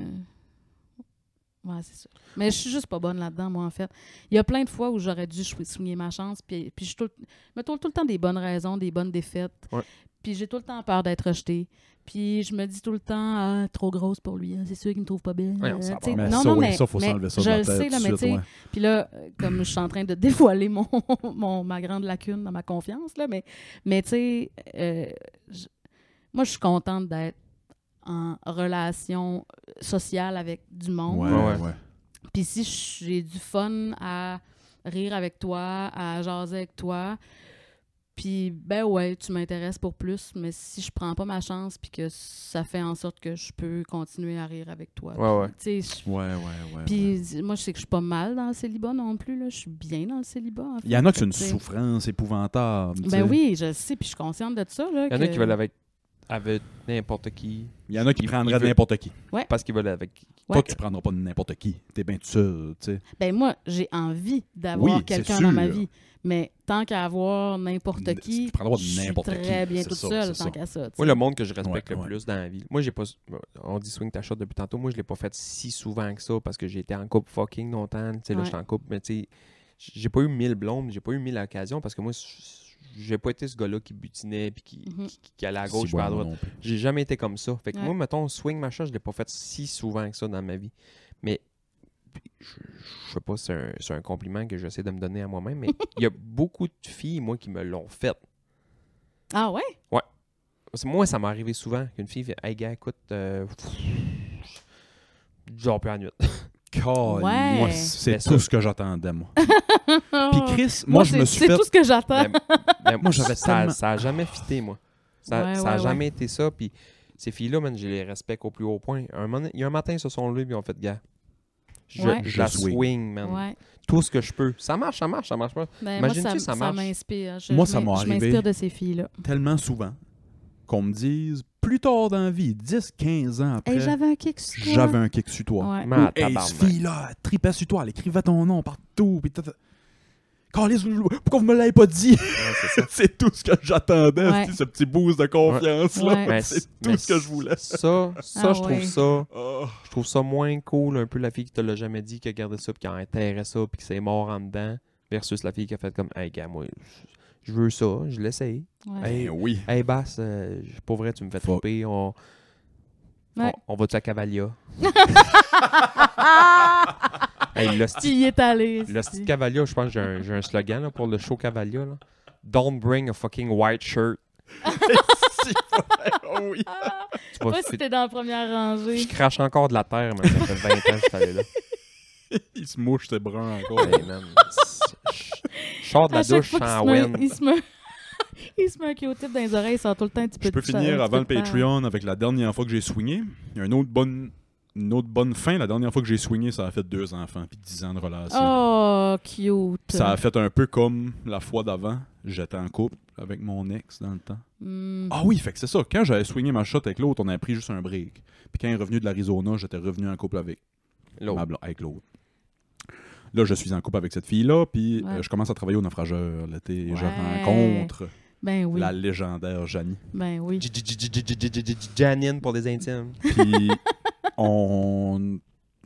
S4: Ouais, c'est ça. Mais je suis juste pas bonne là-dedans, moi, en fait. Il y a plein de fois où j'aurais dû chou- swinguer ma chance, puis, puis je suis tout, me trouve tout le temps des bonnes raisons, des bonnes défaites.
S2: Ouais.
S4: Puis j'ai tout le temps peur d'être rejetée. Puis je me dis tout le temps, ah, trop grosse pour lui, hein, c'est sûr qu'il me trouve pas belle.
S2: Ouais, on
S4: euh,
S2: s'en
S4: tu sais,
S2: va.
S3: Mais
S4: non,
S3: ça,
S4: non,
S3: oui,
S4: mais,
S3: ça, faut
S4: mais
S3: s'enlever ça de
S4: je
S3: la
S4: le
S3: tête
S4: sais,
S3: tout
S4: là,
S3: de
S4: mais tu
S3: suite,
S4: sais,
S3: ouais.
S4: puis là, euh, comme je suis en train de dévoiler mon, mon- ma grande lacune dans ma confiance, là, mais, mais tu sais, euh, je- moi, je suis contente d'être en relation sociale avec du monde.
S3: Ouais,
S2: Ouais, ouais.
S3: ouais.
S4: Puis si j'ai du fun à rire avec toi, à jaser avec toi, puis ben ouais, tu m'intéresses pour plus, mais si je prends pas ma chance, puis que ça fait en sorte que je peux continuer à rire avec toi.
S2: euh, Ouais, ouais.
S4: Tu sais, je-
S3: Ouais, ouais, ouais, ouais.
S4: puis moi, je sais que je suis pas mal dans le célibat non plus. Là. Je suis bien dans le célibat. en fait.
S3: Il y en a qui c'est une
S4: Tu sais.
S3: souffrance épouvantable. tu sais.
S4: Ben oui, je le sais, puis je suis consciente de ça. Là,
S2: Il y en a
S4: que-
S2: qui veulent avec, avec n'importe qui
S3: Il y en a qui
S2: Il-
S3: prendraient
S2: il
S3: de
S2: veut-
S3: n'importe qui.
S2: parce qu'ils veulent avec.
S3: Toi,
S4: Ouais.
S3: tu prendras pas de n'importe qui. T'es bien tout seul, tu sais.
S4: Ben moi, j'ai envie d'avoir
S3: Oui, c'est
S4: quelqu'un dans ma
S3: sûr.
S4: vie. Mais tant qu'à avoir n'importe
S3: N-
S4: qui,
S3: tu prends le droit de
S4: je suis
S3: n'importe
S4: très
S3: qui,
S4: bien
S3: c'est
S4: toute
S3: ça,
S4: seule
S3: c'est
S4: tant
S3: ça.
S4: qu'à ça. tu sais.
S2: Moi, le monde que je respecte
S3: Ouais,
S2: le
S3: ouais.
S2: plus dans la vie. Moi, j'ai pas. On dit swing ta shot depuis tantôt. Moi, je l'ai pas fait si souvent que ça parce que j'ai été en couple fucking longtemps. Tu sais, là,
S4: Ouais.
S2: je suis en couple, mais tu sais, j'ai pas eu mille blondes, j'ai pas eu mille occasions parce que moi, j'ai pas été ce gars-là qui butinait puis qui,
S4: Mhm.
S2: qui, qui allait à
S3: Si,
S2: gauche puis
S3: ouais,
S2: à
S3: moi
S2: droite.
S3: non plus.
S2: J'ai jamais été comme ça. Fait que
S4: Ouais.
S2: moi, mettons, swing ma shot, je l'ai pas fait si souvent que ça dans ma vie. Mais je, je sais pas si c'est un, c'est un compliment que j'essaie de me donner à moi-même, mais il y a beaucoup de filles, moi, qui me l'ont fait.
S4: Ah ouais?
S2: C'est- Moi, ça m'est arrivé souvent qu'une fille fait Hey gars, écoute, euh, pff, genre plus en nuit.
S3: Calme,
S4: Ouais. Ah.
S3: moi, c'est
S2: Mais
S3: tout
S2: Ben, ça-
S3: ce que j'attendais, moi. Puis
S4: Oh! Moi,
S3: Chris, moi, je
S4: c'est-
S3: me suis
S4: C'est
S3: fait. Ben,
S4: tout ce que j'attends.
S2: Mais- mais
S3: Moi, j'avais
S2: ça,
S3: tellement-
S2: ça a jamais fité, moi. Ça n'a
S4: Ouais, ouais, ouais.
S2: jamais été ça. Puis ces filles-là, man, je les respecte au plus haut point. Un moment- il y a un matin, ils se sont levés et ils ont fait gars. Je,
S4: Ouais.
S2: je
S3: Je
S2: la
S3: swing.
S2: swing, man.
S4: Ouais.
S2: Tout ce que je peux. Ça marche, ça marche, ça marche pas.
S4: Ben, moi,
S2: Imagine-tu, ça
S4: ça, ça
S2: marche.
S4: m'inspire. Je-
S3: Moi,
S4: je
S3: ça
S4: m'in-
S3: m'est
S4: Je
S3: arrivé.
S4: m'inspire de ces filles-là.
S3: tellement souvent qu'on me dise plus tard dans la vie, 10, 15 ans après,
S4: Hey, J'avais un kick sur toi.
S3: j'avais un kick sur toi.
S4: Ouais.
S2: Man,
S3: Hey,
S2: tabarnak.
S3: cette fille-là, elle tripait sur toi, elle écrivait ton nom partout. Pis tata- Calisse, vous- pourquoi vous me l'avez pas dit?
S2: Ouais, c'est ça.
S3: c'est tout ce que j'attendais,
S4: Ouais.
S3: c'est ce petit boost de confiance-là.
S4: Ouais.
S2: Mais-
S3: C'est tout
S2: mais
S3: ce que je voulais.
S2: Ça, ça
S4: Ah
S2: je trouve
S4: ouais.
S2: ça.
S3: Oh.
S2: je trouve ça moins cool, un peu la fille qui te l'a jamais dit, qui a gardé ça, puis qui a intérêt ça, puis qui s'est mort en dedans, versus la fille qui a fait comme, hey, gars, moi, je- je veux ça, je l'essaye.
S4: Ouais.
S2: Hey,
S3: Ben oui.
S2: hey, Bass, euh, je- pour vrai, tu me fais
S3: Fuck.
S2: tromper, on.
S4: Ouais.
S2: On, on va-tu à Cavalia? hey, l'hostie
S4: Ah! Tu y es allé.
S2: l'hostie de Cavalia, je pense que j'ai un, j'ai un slogan là, pour le show Cavalia. là. Don't bring a fucking white shirt.
S3: Oh oui.
S2: Tu vas
S4: Toi, si
S2: fit-
S4: t'es dans la première rangée.
S2: Je crache encore de la terre, man. Ça fait 20 ans que je suis allé là.
S3: Il se mouche ses bruns encore.
S2: Hey, man, c'est- Je je sors de la
S4: À chaque
S2: douche
S4: fois qu'il
S2: sans
S4: se met-
S2: wen.
S4: Il se met- Il se met un Q-tip dans les oreilles, il sort tout le temps un petit peu
S3: Je peux
S4: de ça, un
S3: finir
S4: petit
S3: avant le
S4: peu de temps.
S3: Patreon avec la dernière fois que j'ai swingé. Il y a une autre bonne, une autre bonne fin. La dernière fois que j'ai swingé, ça a fait deux enfants puis dix ans de relation.
S4: Oh, cute.
S3: Puis Ça a fait un peu comme la fois d'avant. J'étais en couple avec mon ex dans le temps.
S4: Hmm.
S3: Ah oui, fait que c'est ça. Quand j'avais swingé ma shot avec l'autre, on avait pris juste un break. Puis quand il est revenu de l'Arizona, j'étais revenu en couple avec
S2: L'autre.
S3: ma bla- avec l'autre. Là, je suis en couple avec cette fille-là, puis
S4: Ouais.
S3: euh, je commence à travailler au naufrageur l'été. et Je
S4: Ouais.
S3: rencontre
S4: Ben oui.
S3: la légendaire Janie.
S4: Ben oui.
S6: Janine pour les intimes.
S3: Puis on.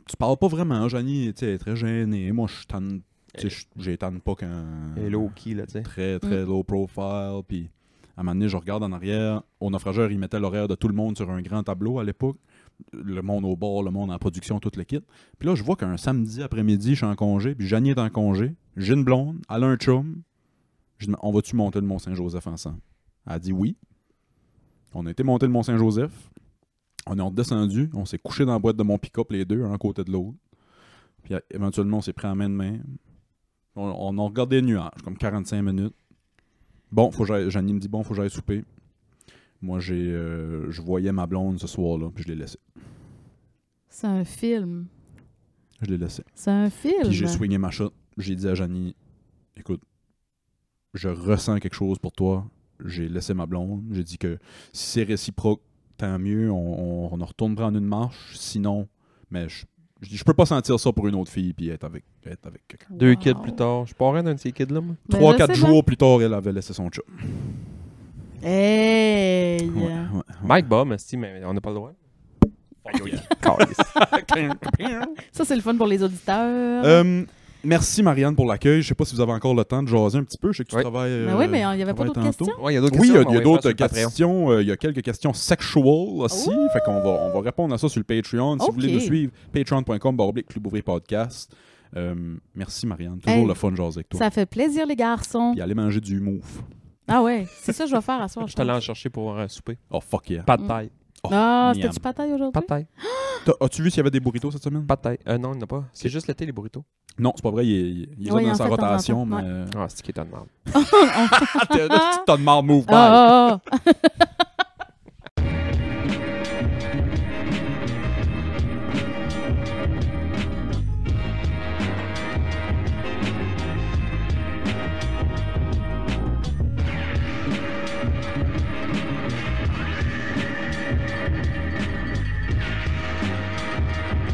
S3: Tu parles pas vraiment, hein, Janie, tu sais, elle est très gênée. Moi, je tanne. Tu sais, je- j'ai tanne pas quand.
S6: Et low key, là, tu sais.
S3: Très, très low profile. Puis à un moment donné, je regarde en arrière. Au naufrageur, ils mettaient l'horaire de tout le monde sur un grand tableau à l'époque. Le monde au bord, le monde en production, tout le kit. Puis là, je vois qu'un samedi après-midi, je suis en congé. Puis Janie est en congé. J'ai une blonde. Elle a un chum. Je dis, on va-tu monter le Mont-Saint-Joseph ensemble? Elle dit oui. On a été monter le Mont-Saint-Joseph. On est redescendu, on s'est couché dans la boîte de mon pick-up les deux, un à côté de l'autre. Puis euh, éventuellement, on s'est pris en main de main. On, on a regardé les nuages, comme 45 minutes. Bon, faut que j'aille- Janie me dit bon, faut que j'aille souper. Moi, j'ai, euh, je voyais ma blonde ce soir-là, puis je l'ai laissé.
S4: C'est un film.
S3: Je l'ai laissé.
S4: C'est un film.
S3: Puis j'ai swingé ma shot. J'ai dit à Janie, écoute, je ressens quelque chose pour toi. J'ai laissé ma blonde. J'ai dit que si c'est réciproque, tant mieux. On, on, on en retournera en une marche. Sinon, mais je, je, dis, je peux pas sentir ça pour une autre fille puis être avec, être avec quelqu'un.
S6: Deux kids
S4: Wow.
S6: plus tard. Je parrain d'un de ces kids-là, moi.
S4: Ben,
S3: Trois,
S4: je
S3: quatre
S4: sais
S3: jours plus tard, elle avait laissé son chum.
S4: pas. Hey!
S3: Ouais, ouais, ouais.
S6: Mike Bob, esti, mais on n'a pas le droit.
S4: Ça, c'est le fun pour les auditeurs.
S3: Euh, merci Marianne pour l'accueil. Je sais pas si vous avez encore le temps de jaser un petit peu. Je sais que tu
S6: Ouais.
S3: travailles.
S4: Ben
S3: euh,
S4: oui, mais il n'y avait pas
S3: travailles
S4: d'autres
S3: tantôt.
S4: questions.
S6: Ouais, il y a d'autres
S3: Oui, il y a-
S6: questions.
S3: il y a,
S6: mais on va
S3: d'autres
S6: les faire sur le Patreon.
S3: questions. euh, Il y a quelques questions sexual aussi.
S4: Ouh!
S3: Fait qu'on va, on va répondre à ça sur le Patreon. Si vous voulez
S4: Oh. Ok.
S3: nous suivre, patreon.com, barre oblique, Club Ouvrier Podcast. Euh, merci Marianne. Toujours
S4: Hey,
S3: le fun de jaser avec toi.
S4: Ça fait plaisir, les garçons.
S3: Puis aller manger du mouf.
S4: Ah ouais, c'est ça que je vais faire à soir.
S6: Je
S4: Je
S6: te l'ai en
S4: pense.
S6: chercher pour un souper.
S3: Oh fuck yeah.
S6: Pas de taille.
S3: Oh,
S4: Ah,
S3: miam.
S4: c'était-tu pataille
S6: Pas
S4: aujourd'hui?
S6: de taille.
S3: T'as- As-tu vu s'il y avait des burritos cette semaine?
S6: Pas de taille. Euh, non, il n'y en a pas. C'est juste l'été, les burritos.
S3: Non, c'est pas vrai. Il est, il est- il est
S4: Oui,
S3: là
S4: en
S3: dans sa
S4: fait, de temps en
S3: rotation.
S4: temps,
S3: Mais...
S4: ouais.
S3: euh,
S6: Ah, c'est qui est de merde.
S3: t'as- t'as de marre, move, bye.
S4: Ah, ah, ah.